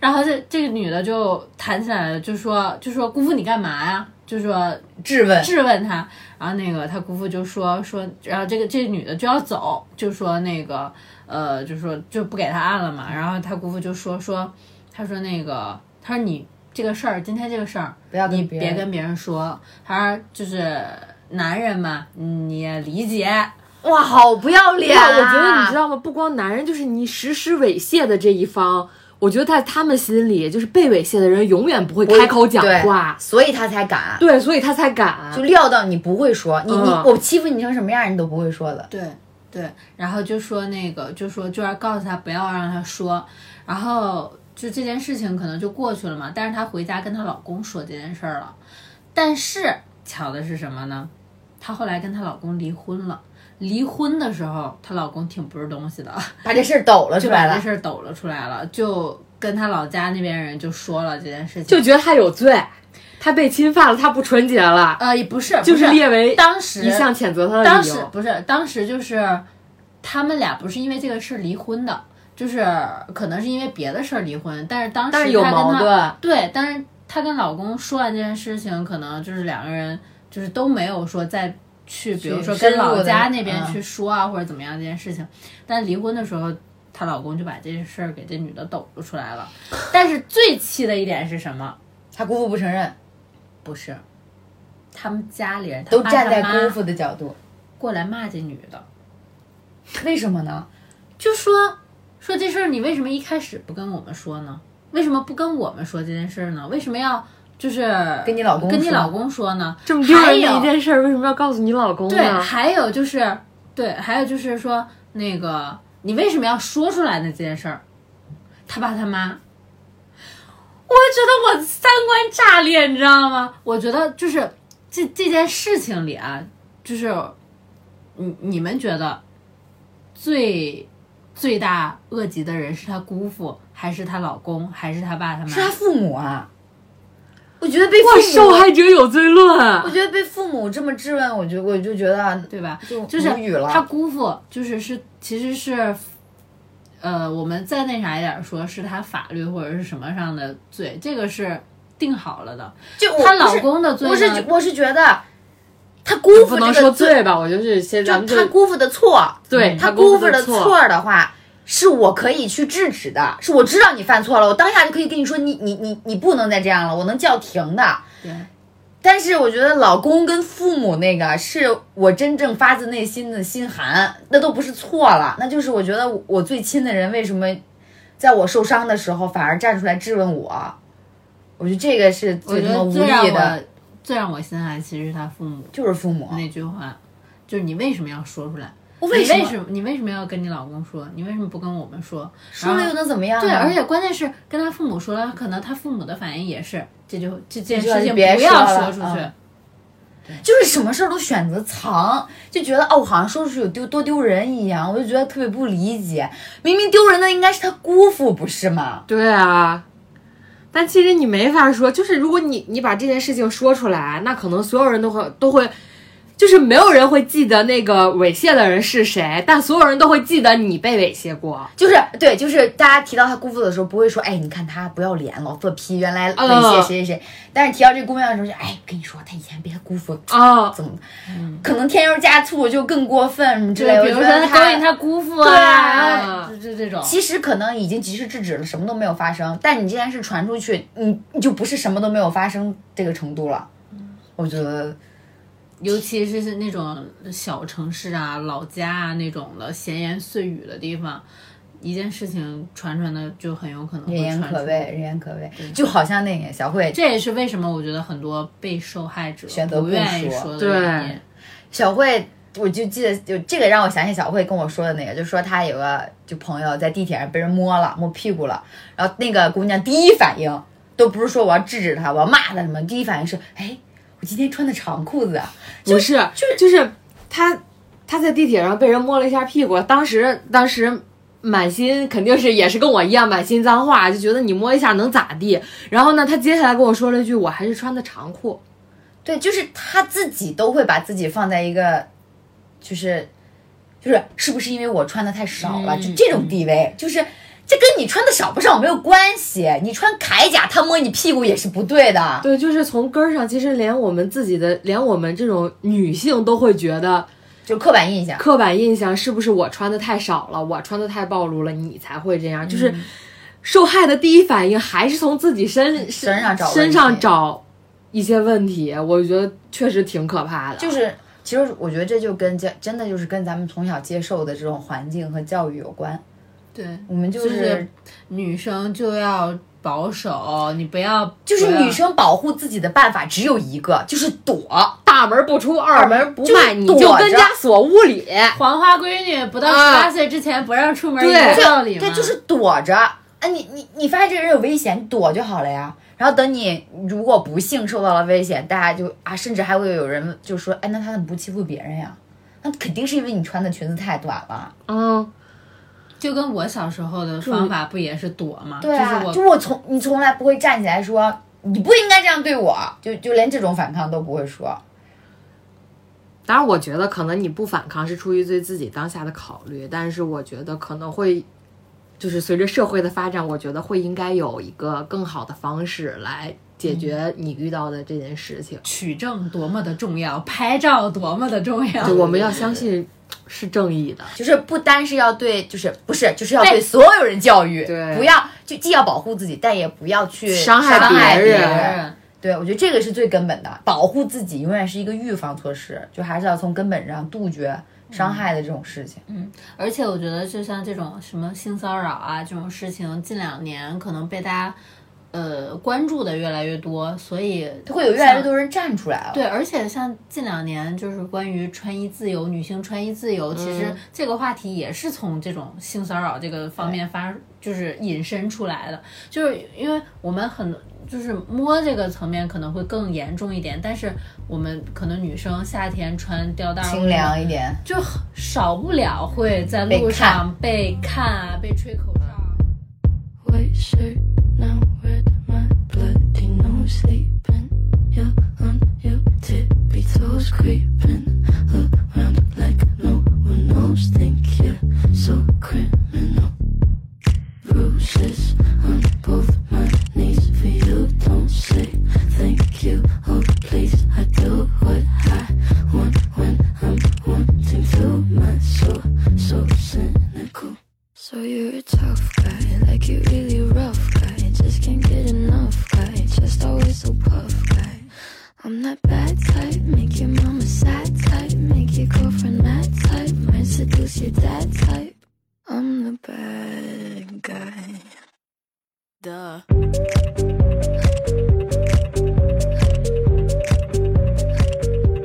然后这这个女的就弹起来了，就说就说姑父你干嘛呀？就说质问质问他，然后那个他姑父就说说，然后这个这个女的就要走，就说那个呃，就说就不给他按了嘛。然后他姑父就说说，他说那个，他说你这个事儿，今天这个事儿，不要你跟别别人跟别人说。他说就是男人嘛，你也理解。哇，好不要脸啊！我觉得你知道吗？不光男人，就是你实施猥亵的这一方，我觉得在他们心里，就是被猥亵的人永远不会我开口讲话对，啊所以他才敢，啊对，所以他才敢。就料到你不会说，你你嗯我欺负你成什么样，你都不会说的。对对，然后就说那个，就说就要告诉他不要让他说，然后就这件事情可能就过去了嘛。但是她回家跟她老公说这件事儿了，但是巧的是什么呢？她后来跟她老公离婚了。离婚的时候，她老公挺不是东西的，把这事儿抖了出就来把这了，事儿抖了出来了，就跟她老家那边人就说了这件事情，就觉得他有罪，他被侵犯了，他不纯洁了，呃也不是，就不是列为当时一项谴责他的当理时由。不是，当时就是他们俩不是因为这个事儿离婚的，就是可能是因为别的事儿离婚，但是当时但是有她跟她矛盾，对，但是她跟老公说完这件事情，可能就是两个人就是都没有说再去，比如说深跟入地老家那边嗯去说啊，或者怎么样这件事情。但离婚的时候，她老公就把这事儿给这女的抖露出来了。但是最气的一点是什么？他姑父不承认，不是，他们家里人都站在姑父父的角度，过来骂这女的。为什么呢？就说说这事儿，你为什么一开始不跟我们说呢？为什么不跟我们说这件事儿呢？为什么要就是跟你老公跟你说老公说呢？这么丢人还的有一件事儿，为什么要告诉你老公对，呢？还有就是对，还有就是说那个你为什么要说出来呢？这件事儿，他爸他妈。我觉得我三观炸裂，你知道吗？我觉得就是这这件事情里啊，就是你你们觉得最罪大恶极的人是她姑父，还是她老公，还是她爸他妈？是他父母啊。我觉得被哇，父受母，害者有罪我论，觉得被父母这么质问，我就我就觉得啊对吧？就就是无语了他姑父就是是其实是，呃，我们再那啥一点说，是他法律或者是什么上的罪，这个是定好了的。就我她不是老公的罪我是呢我是觉得他姑不父能这说个罪，罪吧？我就是先咱就们就他姑父的错，嗯对他姑姑父父的错，错的话，是我可以去制止的，是我知道你犯错了，我当下就可以跟你说，你你你你不能再这样了，我能叫停的。对，但是我觉得老公跟父母那个是我真正发自内心的心寒，那都不是错了，那就是我觉得我最亲的人为什么在我受伤的时候反而站出来质问我，我觉得这个是我最觉他妈得无最让力的，我最让我心寒，其实是他父母就是父母。那句话，就是你为什么要说出来？我你什为么什么你为什么要跟你老公说？你为什么不跟我们说？说了又能怎么样、啊？对，而且关键是跟他父母说了，可能他父母的反应也是这就这件这就事情不别说要了出嗯去。就是什么事儿都选择藏，就觉得哦，我好像说出去有丢多丢人一样，我就觉得特别不理解。明明丢人的应该是他姑父，不是吗？对啊，但其实你没法说，就是如果你你把这件事情说出来，那可能所有人都会都会，就是没有人会记得那个猥亵的人是谁，但所有人都会记得你被猥亵过。就是对，就是大家提到他姑父的时候，不会说哎，你看他不要脸，老色批，原来嗯猥亵谁谁谁。但是提到这姑娘的时候就，哎，我跟你说，他以前被他姑父啊， 怎么，可能添油加醋就更过分什么之类对，的。比如我说觉得他勾引他。他姑父啊，对这这这种。其实可能已经及时制止了，什么都没有发生。但你这件事传出去，你你就不是什么都没有发生这个程度了。我觉得尤其是是那种小城市啊、老家啊那种的闲言碎语的地方，一件事情传传的就很有可能人会言传可出畏，人言可畏，就好像那个小慧，这也是为什么我觉得很多被受害者选择不不愿意说说的对原因。小慧，我就记得就这个让我想起小慧跟我说的那个，就说她有个就朋友在地铁上被人摸了，摸屁股了，然后那个姑娘第一反应都不是说我要制止她，我要骂她什么，第一反应是哎，我今天穿的长裤子啊，不是，就是就是他他在地铁上被人摸了一下屁股，当时当时满心肯定是也是跟我一样满心脏话，就觉得你摸一下能咋地？然后呢，他接下来跟我说了一句，我还是穿的长裤。对，就是她自己都会把自己放在一个，就是，就是是不是因为我穿的太少了，嗯就这种地位，就是这跟你穿的少不少没有关系，你穿铠甲，他摸你屁股也是不对的。对，就是从根儿上，其实连我们自己的，连我们这种女性都会觉得就刻板印象。刻板印象是不是我穿的太少了，我穿的太暴露了，你才会这样？就是嗯受害的第一反应还是从自己身身上找问题身上找一些问题，我觉得确实挺可怕的。就是，其实我觉得这就跟家真的就是跟咱们从小接受的这种环境和教育有关。对，我们就就是是女生就要保守，你不要就是不要女生保护自己的办法只有一个，就是躲。大门不出，二门不迈，就是你躲就跟着家锁屋里。黄花闺女不到十啊八岁之前不让出门，对有道理对，吗就是躲着。啊，你你你发现这个人有危险，你躲就好了呀。然后等你如果不幸受到了危险，大家就啊，甚至还会有人就说，哎，那他怎么不欺负别人呀？那肯定是因为你穿的裙子太短了。嗯，就跟我小时候的方法不也是躲吗？对啊，就就是我从你从来不会站起来说你不应该这样对我，就就连这种反抗都不会说。当然，我觉得可能你不反抗是出于对自己当下的考虑，但是我觉得可能会，就是随着社会的发展，我觉得会应该有一个更好的方式来解决你遇到的这件事情。取证多么的重要，拍照多么的重要。就我们要相信是正义的。就是不单是要对，就是不是，就是要对所有人教育，对不要就既要保护自己，但也不要去伤害害别别人对，我觉得这个是最根本的，保护自己永远是一个预防措施，就还是要从根本上杜绝嗯伤害的这种事情。而且我觉得，就像这种什么性骚扰啊这种事情，近两年可能被大家呃关注的越来越多，所以它会有越来越多人站出来了。对，而且像近两年就是关于穿衣自由，女性穿衣自由，其嗯实这个话题也是从这种性骚扰这个方面发，就是引申出来的。就是因为我们很就是摸这个层面可能会更严重一点，但是我们可能女生夏天穿吊带儿清凉一点，就少不了会在路上被看啊，被吹口哨啊。嗯 Wasted now with my bloody nose sleeping. You're on your tippy toes creeping around like no one knows. Think you're so criminal. Bruises on both my knees for you. Don't say thank you. Oh, please, I do what I want when I'm wanting to. My soul, so cynical. So you're a tough guy, like you really rough guy. Just can't get enough guy, just always so puff guy. I'm that bad type. Make your mama sad type. Make your girlfriend mad type. Might seduce your dad type. I'm the bad guy. Duh.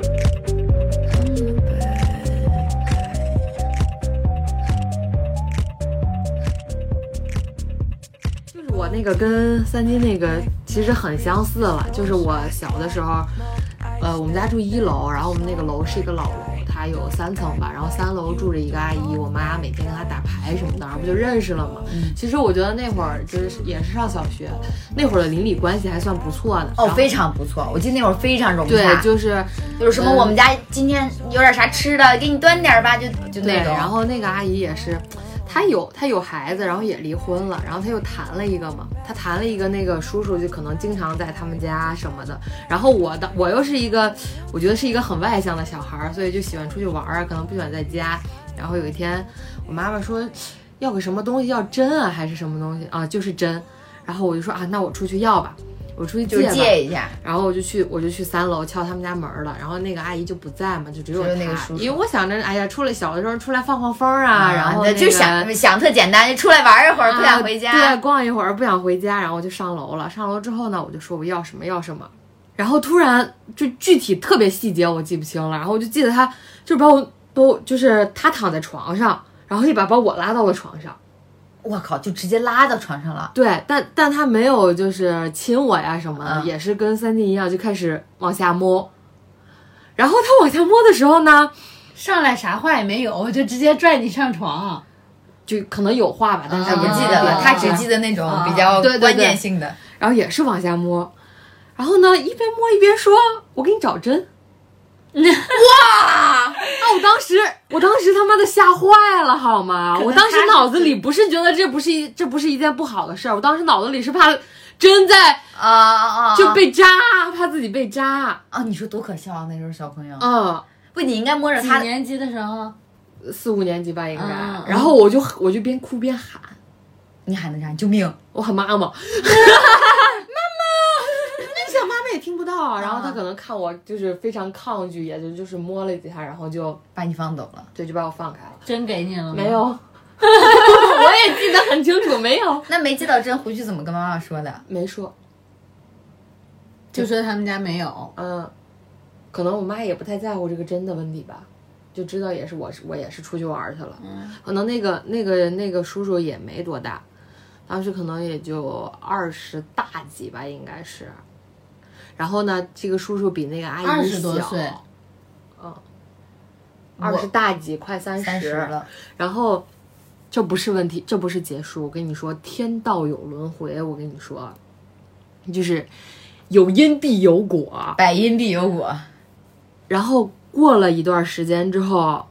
I'm the bad guy. 就是我那个跟三金那个其实很相似了，就是我小的时候，呃，我们家住一楼，然后我们那个楼是一个老楼，它有三层吧，然后三楼住着一个阿姨，我妈每天跟她打牌什么的，然后不就认识了嘛。嗯其实我觉得那会儿就是也是上小学，那会儿的邻里关系还算不错的。哦，然后非常不错，我记得那会儿非常融嗯洽。对，就是就是什么嗯我们家今天有点啥吃的，给你端点儿吧，就就对，那种。然后那个阿姨也是，她有她有孩子，然后也离婚了，然后她又谈了一个嘛，她谈了一个那个叔叔，就可能经常在他们家什么的。然后我的我又是一个，我觉得是一个很外向的小孩儿，所以就喜欢出去玩儿啊，可能不喜欢在家。然后有一天，我妈妈说要个什么东西，要针啊还是什么东西啊，就是针。然后我就说啊，那我出去要吧，我出去就是借吧。借一下，然后我就去，我就去三楼敲他们家门儿了。然后那个阿姨就不在嘛，就只有只她。有那个叔叔因为我想着，哎呀，出来小的时候出来放放风儿啊，然后、那的个、就想想特简单，就出来玩一会儿，不想回啊对，家。逛一会儿不想回家，然后我就上楼了。上楼之后呢，我就说我要什么要什么，然后突然就具体特别细节我记不清了，然后我就记得他就把我把我就是他躺在床上，然后一把把我拉到了床上。我靠，就直接拉到床上了。对，但但他没有就是亲我呀什么的，嗯也是跟三弟一样就开始往下摸。然后他往下摸的时候呢，上来啥话也没有，就直接拽你上床。就可能有话吧，但是他也嗯不记记得了，啊他只记得那种啊比较对对对关键性的。然后也是往下摸，然后呢一边摸一边说：“我给你找 针。”哇！啊，我当时我当时他妈的吓坏了好吗？我当时脑子里不是觉得这不是一这不是一件不好的事儿，我当时脑子里是怕针在啊啊啊！就被扎，怕自己被扎。啊，你说多可笑啊！那时候小朋友，嗯，不，你应该摸着几他的。年级的时候，四五年级吧应该。嗯然后我就我就边哭边喊。你喊的啥？救命！我喊妈妈，妈妈，那小妈妈也听不到，啊然后她可能看我就是非常抗拒，也就就是摸了几下，然后就把你放走了。 对就把我放开了，真给你了吗？没有， 我也记得很清楚，没有，那没接到针回去怎么跟妈妈说的？没说，就说他们家没有。嗯，可能我妈也不太在乎这个针的问题吧。就知道也是我是我也是出去玩儿去了，嗯可能那个那个那个叔叔也没多大，当时可能也就二十大几吧，应该是。然后呢，这个叔叔比那个阿姨二十多小嗯岁，二十大几，快三三十了，然后这不是问题，这不是结束。我跟你说，天道有轮回。我跟你说，就是有因必有果。百因必有果。然后过了一段时间之后，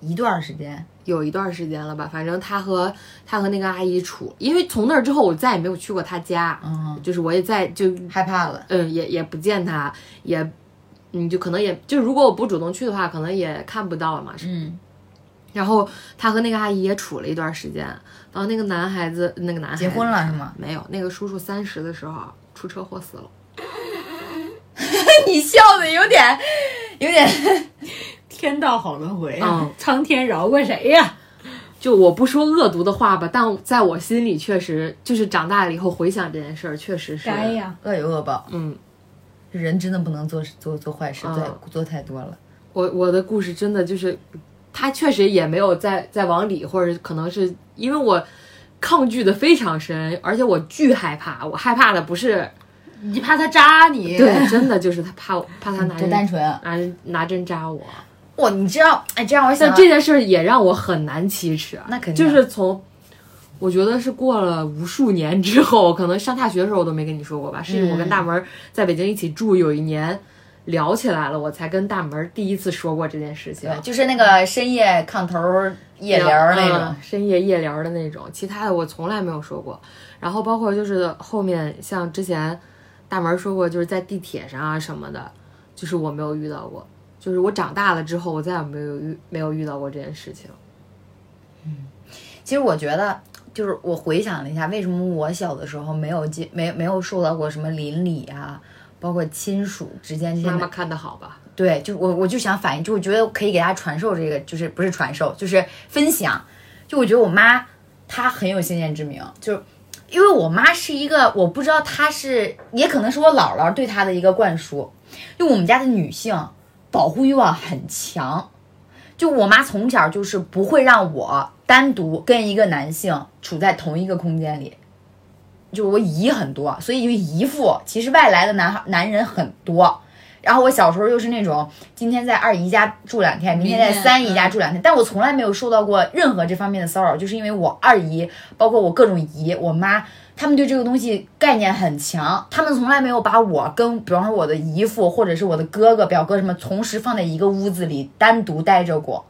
一段时间，有一段时间了吧，反正他和他和那个阿姨处，因为从那儿之后我再也没有去过他家，嗯，就是我也再就害怕了。嗯，也也不见他，也，嗯，就可能也就如果我不主动去的话，可能也看不到嘛。嗯。然后他和那个阿姨也处了一段时间，然后那个男孩子，那个男孩子结婚了是吗？没有，那个叔叔三十的时候出车祸死了。 你笑的有点， 有点。 天道好轮回啊嗯苍天饶过谁呀、就我不说恶毒的话吧，但在我心里确实就是长大了以后回想这件事儿，确实是。该呀、恶有恶报，嗯，人真的不能做做做坏事，嗯做做太多了。我我的故事真的就是，他确实也没有再再往里，或者可能是因为我抗拒的非常深，而且我巨害怕，我害怕的不是你怕他扎你？嗯对，真的就是他怕我怕他拿多针单纯啊！拿拿针扎我，哇，你知道，哎，这让我想但到这件事儿也让我很难启齿，那肯定就啊是从。我觉得是过了无数年之后，可能上大学的时候我都没跟你说过吧，是我嗯跟大门儿在北京一起住，有一年聊起来了，我才跟大门儿第一次说过这件事情。对，就是那个深夜炕头儿夜聊儿那种嗯，深夜夜聊的那种，其他的我从来没有说过。然后包括就是后面像之前大门说过，就是在地铁上啊什么的，就是我没有遇到过。就是我长大了之后，我再也没有遇没有遇到过这件事情。其实我觉得，就是我回想了一下，为什么我小的时候没有接没没有受到过什么邻里啊，包括亲属之间这些妈妈看的好吧？对，就我我就想反映，就我觉得可以给大家传授这个，就是不是传授，就是分享。就我觉得我妈她很有先见之明，就是因为我妈是一个，我不知道她是，也可能是我姥姥对她的一个灌输。就我们家的女性保护欲望很强，就我妈从小就是不会让我单独跟一个男性处在同一个空间里。就是我姨很多，所以就姨父其实外来的男孩男人很多。然后我小时候又是那种，今天在二姨家住两天，明天在明天嗯三姨家住两天，但我从来没有受到过任何这方面的骚扰，就是因为我二姨，包括我各种姨、我妈，他们对这个东西概念很强，他们从来没有把我跟，比方说我的姨父或者是我的哥哥、表哥什么，同时放在一个屋子里单独待着过。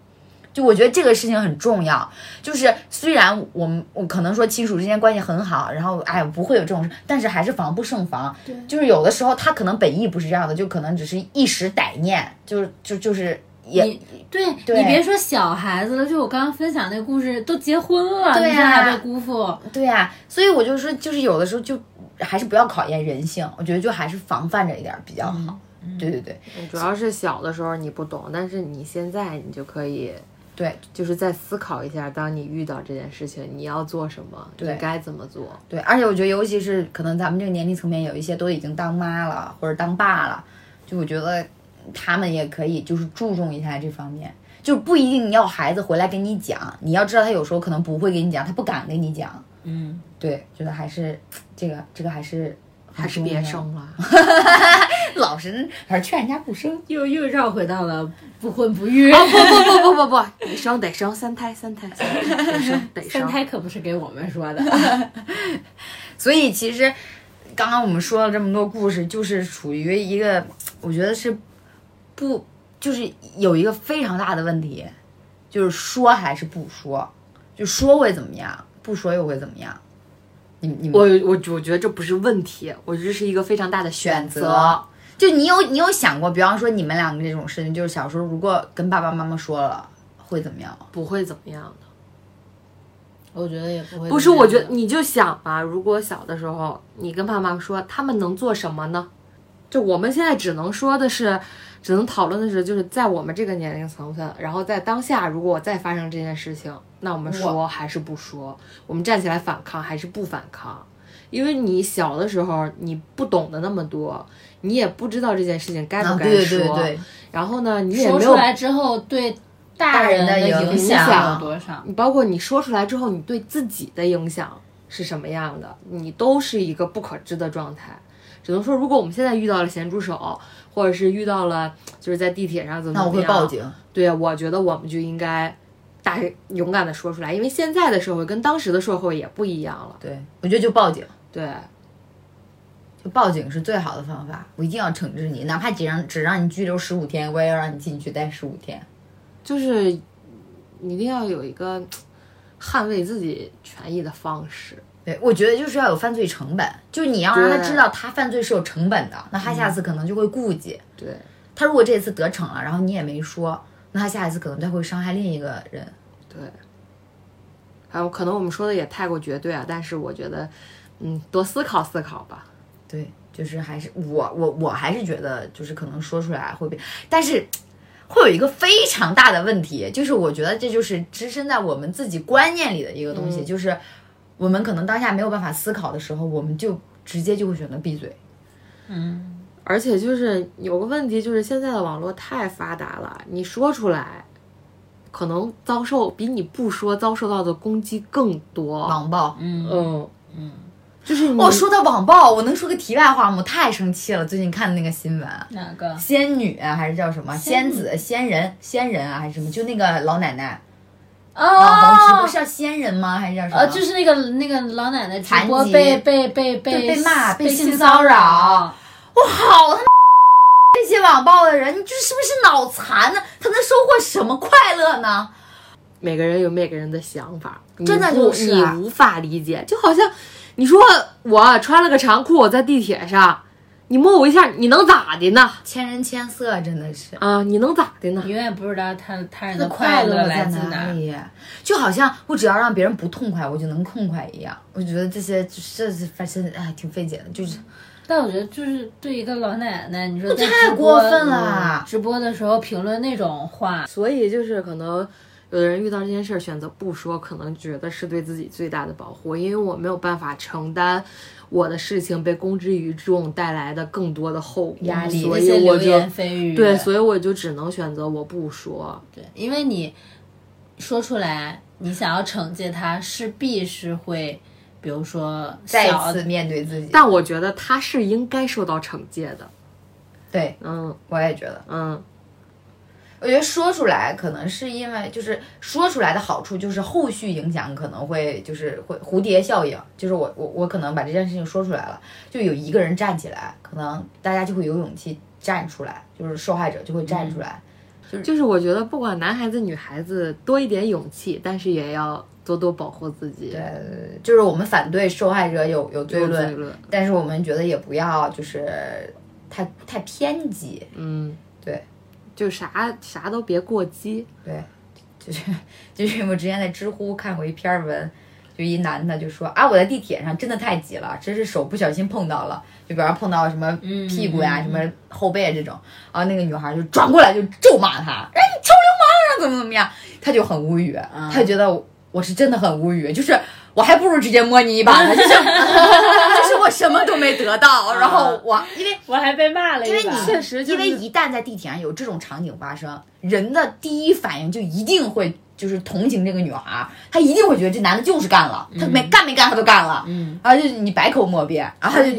就我觉得这个事情很重要，就是虽然我们我可能说亲属之间关系很好，然后哎不会有这种事，但是还是防不胜防。对就是有的时候他可能本意不是这样的，就可能只是一时歹念，就是就就是也你对对你别说小孩子了，就我刚刚分享那故事，都结婚了，对你看还呀被辜负，对呀、所以我就说，就是有的时候就还是不要考验人性，我觉得就还是防范着一点儿比较好。对对对主要是小的时候你不懂，但是你现在你就可以对就是再思考一下，当你遇到这件事情，你要做什么，你对该怎么做。对，而且我觉得，尤其是可能咱们这个年龄层面，有一些都已经当妈了或者当爸了，就我觉得他们也可以就是注重一下这方面。就不一定要孩子回来跟你讲，你要知道他有时候可能不会跟你讲，他不敢跟你讲。嗯，对，觉得还是这个这个还是还是别，生了， 老是还是劝人家不生。又又绕回到了不婚不 育。不不不不，你生得生三胎，三胎，三胎得生得三生。胎可不是给我们说的，所以其实刚刚我们说了这么多故事，就是处于一个我觉得是不就是有一个非常大的问题，就是说还是不说，就说会怎么样，不说又会怎么样？你你们我我我觉得这不是问题，我这是一个非常大的选择。择。就你有你有想过，比方说你们两个这种事情，就是小时候如果跟爸爸妈妈说了，会怎么样吗？不会怎么样的。 我觉得也不会。不是，我觉得你就想吧，如果小的时候你跟爸妈说，他们能做什么呢？就我们现在只能说的是，只能讨论的是，就是在我们这个年龄层分，然后在当下，如果我再发生这件事情，那我们说还是不说？我们站起来反抗还是不反抗？因为你小的时候你不懂得那么多，你也不知道这件事情该啊，不该对说。对对，然后呢，你也说没出有来之后对大大人人的影影响有多少？你包括你说出来之后，你对自己的影响是什么样的，你都是一个不可知的状态。只能说，如果我们现在遇到了咸猪手，或者是遇到了就是在地铁上怎么那我怎么会样报。警。对，我觉得我们就应该大勇敢的说出来，因为现在的社会跟当时的社会也不一样了。对，我觉得就报警。对，就报警是最好的方法，我一定要惩治你，哪怕只让只让你拘留十五天，我也要让你进去待十五天。就是你一定要有一个捍卫自己权益的方式。对，我觉得就是要有犯罪成本，就是你要让他对知道他犯罪是有成本的，那他下次可能就会顾忌。对，他如果这次得逞了，然后你也没说，那他下一次可能他会伤害另一个人。对，还有可能我们说的也太过绝对啊，但是我觉得，嗯，多思考思考吧。对，就是还是我我我还是觉得就是可能说出来会被，但是会有一个非常大的问题，就是我觉得这就是支撑在我们自己观念里的一个东西，就是我们可能当下没有办法思考的时候，我们就直接就会选择闭嘴。而且就是有个问题，就是现在的网络太发达了，你说出来，可能遭受比你不说遭受到的攻击更多。网暴，嗯嗯，就是你我、哦说到网暴，我能说个题外话吗？我太生气了，最近看的那个新闻。哪个？仙女啊，还是叫什么仙子、仙人、仙人啊，还是什么？就那个老奶奶，网红直播哦是，叫仙人吗？还是叫什么？呃，就是那个那个老奶奶直播残疾被被被对被被骂被被性骚骚扰，我好他妈这些网暴的人，你这是不是脑残呢？他能收获什么快乐呢？每个人有每个人的想法，你真的不就是啊你无法理解，就好像你说我穿了个长裤我在地铁上，你摸我一下，你能咋的呢？千人千色，真的是。啊，你能咋的呢永？远不知道他他人那的快乐来在自哪哪儿。里？就好像我只要让别人不痛快，我就能痛快一样。我觉得这些这是反正哎挺费解的，就是但我觉得就是对一个老奶奶，你说在太直过播嗯分了。直播的时候评论那种话，所以就是可能有的人遇到这件事儿选择不说，可能觉得是对自己最大的保护，因为我没有办法承担我的事情被公之于众带来的更多的后果压力所那以些我流就言蜚语，对，所以我就只能选择我不说。对，因为你说出来，你想要惩戒他，势必是会，比如说再小一次面对自己。但我觉得他是应该受到惩戒的。对，嗯我也觉得，嗯，我觉得说出来可能是因为就是说出来的好处就是后续影响可能会就是会蝴蝶效应，就是我我我可能把这件事情说出来了，就有一个人站起来，可能大家就会有勇气站出来，就是受害者就会站出来。就是我觉得不管男孩子女孩子多一点勇气，但是也要多多保护自己。对，就是我们反对受害者嗯有有罪有论，罪论，但是我们觉得也不要就是太太偏激，嗯，对，就啥啥都别过激。对，就是就是我之前在知乎看过一篇文，就一男的就说啊，我在地铁上真的太挤了，真是手不小心碰到了，就比方碰到什么屁股呀、什么后背啊这种，然后那个女孩就转过来就咒骂他，哎，你臭流氓啊，怎么怎么样，他就很无语，他就觉得我是真的很无语，就是。我还不如直接摸你一把呢，就是 就是我什么都没得到，然后我因为我还被骂了因为你确实就是因为一旦在地铁上有这种场景发生，人的第一反应就一定会就是同情这个女孩儿，她一定会觉得这男的就是干了，他没干没干他都干了，嗯，然后就是你百口莫辩，然后就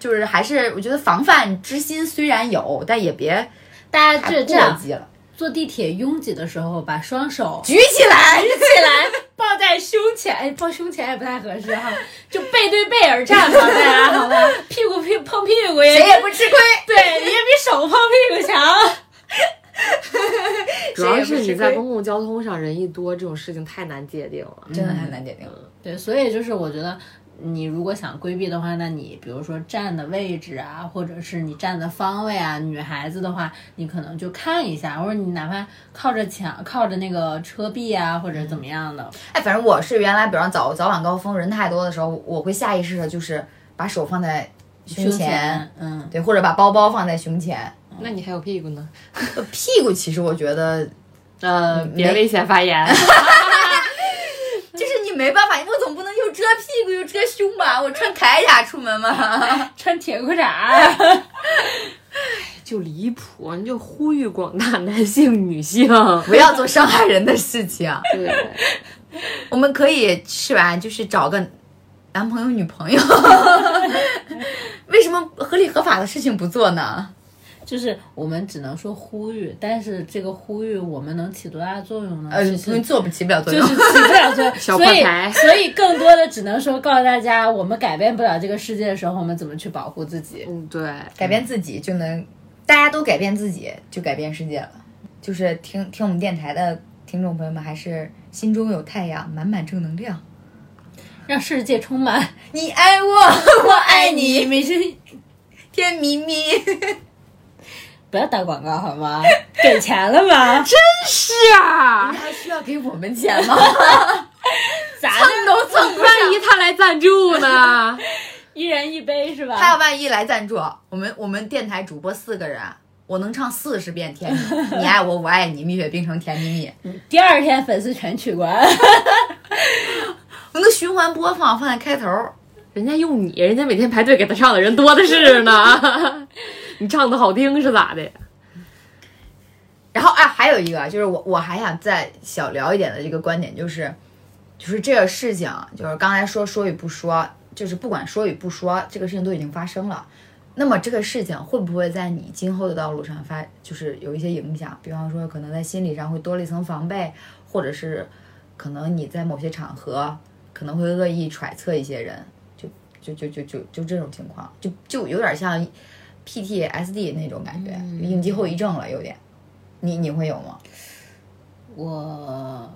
就是还是我觉得防范之心虽然有，但也别大家太这这过样激了，坐地铁拥挤的时候，把双手举起来，起来抱在胸前，哎，抱胸前也不太合适哈，就背对背而站吧，大家好吧，屁股屁碰屁股也谁也不吃亏。对，也比手碰屁股强。主要是谁也你不吃亏在公共交通上人一多，这种事情太难界定了。真的很难界定， 对，所以就是我觉得，你如果想规避的话，那你比如说站的位置啊，或者是你站的方位啊，女孩子的话，你可能就看一下，或者你哪怕靠着墙、靠着那个车壁啊，或者怎么样的。哎，反正我是原来，比方早早晚高峰人太多的时候，我会下意识的就是把手放在胸胸前，，嗯，对，或者把包包放在胸前，那你还有屁股呢？屁股其实我觉得，呃，别没危险发言。就是你没办法，我总不能又遮屁股又遮胸吧？我穿铠甲出门嘛。啊穿铁裤衩， 就离谱，你就呼吁广大男性、女性， 不要做伤害人的事情。啊对，我们可以试完，就是找个男朋友、女朋友。 为什么合理合法的事情不做呢？ 就是我们只能说呼吁，但是这个呼吁我们能起多大作用呢？呃，其不实做不起不了作就用。是起不了作 用，小所以破台所以更多的只能说告诉大家，我们改变不了这个世界的时候，我们怎么去保护自己。 嗯，对，改变自己就能，大家都改变自己，就改变世界了。就是听听我们电台的听众朋友们，还是心中有太阳，满满正能量。让世界充满你爱我， 我爱你你，每天甜蜜蜜。 不要打广告好吗？给钱了 吗？是啊，还需要给我们钱吗？咱们都蹭不万一他来赞助呢？一人一杯是 他吧？要万一来赞助，我们我们电台主播四个人，啊我能唱四十遍《甜蜜》，你爱我，我爱你，蜜雪冰城《甜蜜蜜》，第二天粉丝全取关， 我能循环播放，放在开头。人家用你，人家每天排队给他唱的人多的是呢。 你唱的好听是咋的？然后啊，还有一个就是我我还想再小聊一点的这个观点就是，就是这个事情，就是刚才说说与不说，就是不管说与不说，这个事情都已经发生了。那么这个事情会不会在你今后的道路上发，就是有一些影响？比方说，可能在心理上会多了一层防备，或者是可能你在某些场合可能会恶意揣测一些人，就就就就就就这种情况，就就有点像 PTSD 那种感觉，应激后遗症了，有点。你你会有吗？我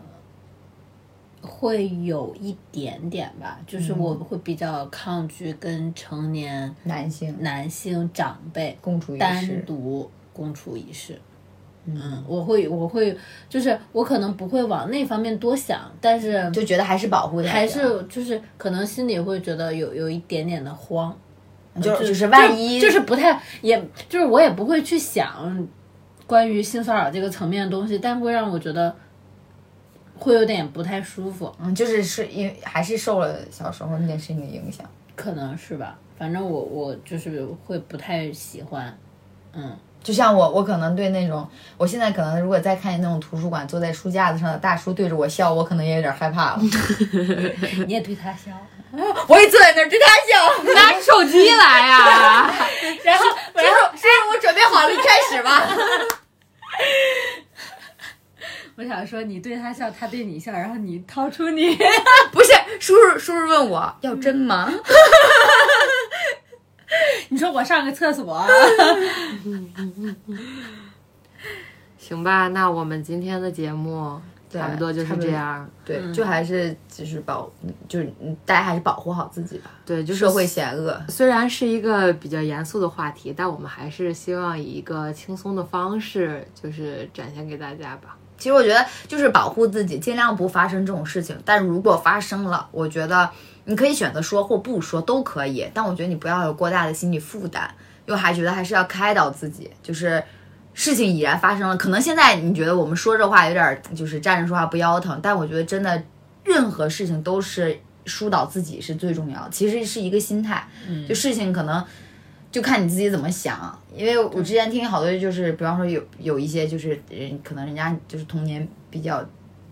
会有一点点吧，就是嗯我会比较抗拒跟成年男性男性长辈共处一单室，独共处一室。嗯，我会，我会，就是我可能不会往那方面多想，但是就觉得还是保护他，还是就是可能心里会觉得有有一点点的慌，就就是万一就就是不太，也就是我也不会去想关于性骚扰这个层面的东西，但会让我觉得会有点不太舒服，嗯，就是是因为还是受了小时候那件事情的影响。可能是吧。反正我我就是会不太喜欢，嗯，就像我，我可能对那种，我现在可能如果再看见那种图书馆坐在书架子上的大叔对着我笑，我可能也有点害 怕了。你也对他笑，我也坐在那儿对他 笑，拿出手机来啊呀、然后然后这是我准备好了，你开始 吧。我想说你对他笑，他对你笑，然后你掏出你。不是，叔叔叔叔问嗯我要针吗？你说我上个厕所，行吧，那我们今天的节目对差不多就是这样。对，嗯就还是就是保，就是大家还是保护好自己吧。对，就是社会险恶，虽然是一个比较严肃的话题，但我们还是希望以一个轻松的方式，就是展现给大家吧。其实我觉得就是保护自己，尽量不发生这种事情。但如果发生了，我觉得你可以选择说或不说都可以，但我觉得你不要有过大的心理负担，因为还觉得还是要开导自己，就是。事情已然发生了，可能现在你觉得我们说这话有点儿就是站着说话不腰疼，但我觉得真的任何事情都是疏导自己是最重要的，其实是一个心态。就事情可能就看你自己怎么想，因为我之前听好多就是，比方说有有一些就是人可能人家就是童年比较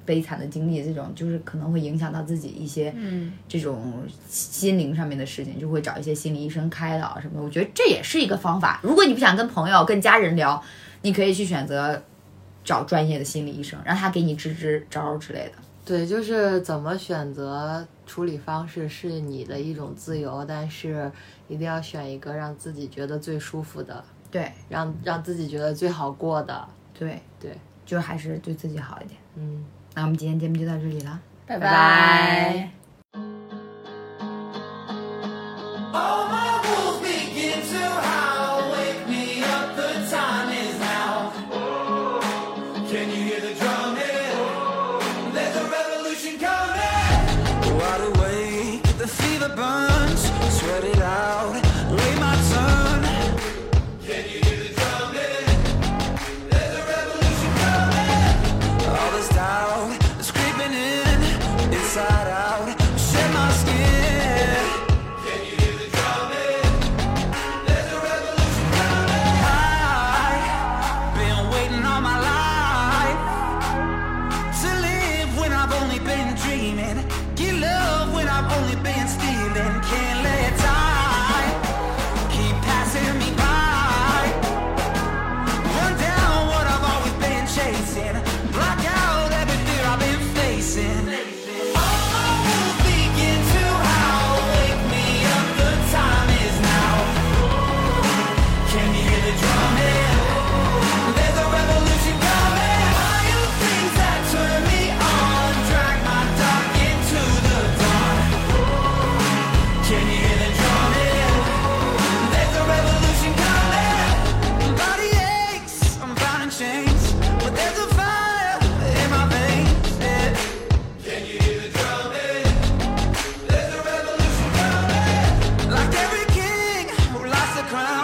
悲惨的经历，这种就是可能会影响到自己一些嗯，这种心灵上面的事情，就会找一些心理医生开导什么的。我觉得这也是一个方法。如果你不想跟朋友、跟家人聊，你可以去选择。找专业的心理医生，让他给你支支招儿之类的。对，就是怎么选择处理方式是你的一种自由，但是一定要选一个让自己觉得最舒服的，对让让自己觉得最好过的。对对，就还是对自己好一点。嗯，那我们今天节目就到这里了。拜拜拜 All my wolves begin to howl. Wake me up, the time is now. Can you hear the drumming? There's a revolution coming. Wide awake, the fever burns. Sweat it out, wait my turn. Can you hear the drumming? There's a revolution coming. All this doubt is creeping in, inside out. Shed my skin. I've been waiting all my life to live when I've only been dreaming. Get love when I've only been stealing. Can't let time keep passing me by. Run down what I've always been chasing. Block out every fear I've been facing. All my wounds begin to howl. Wake me up, the time is now. Can you hear the drumming? There's a revolution coming. Wild things that turn me on drag my dark into the dawn. Can you hear the drumming? There's a revolution coming. Body aches, I'm bound in chains, but there's a fire in my veins. Can you hear the drumming? There's a revolution coming. Like every king who lost the crown.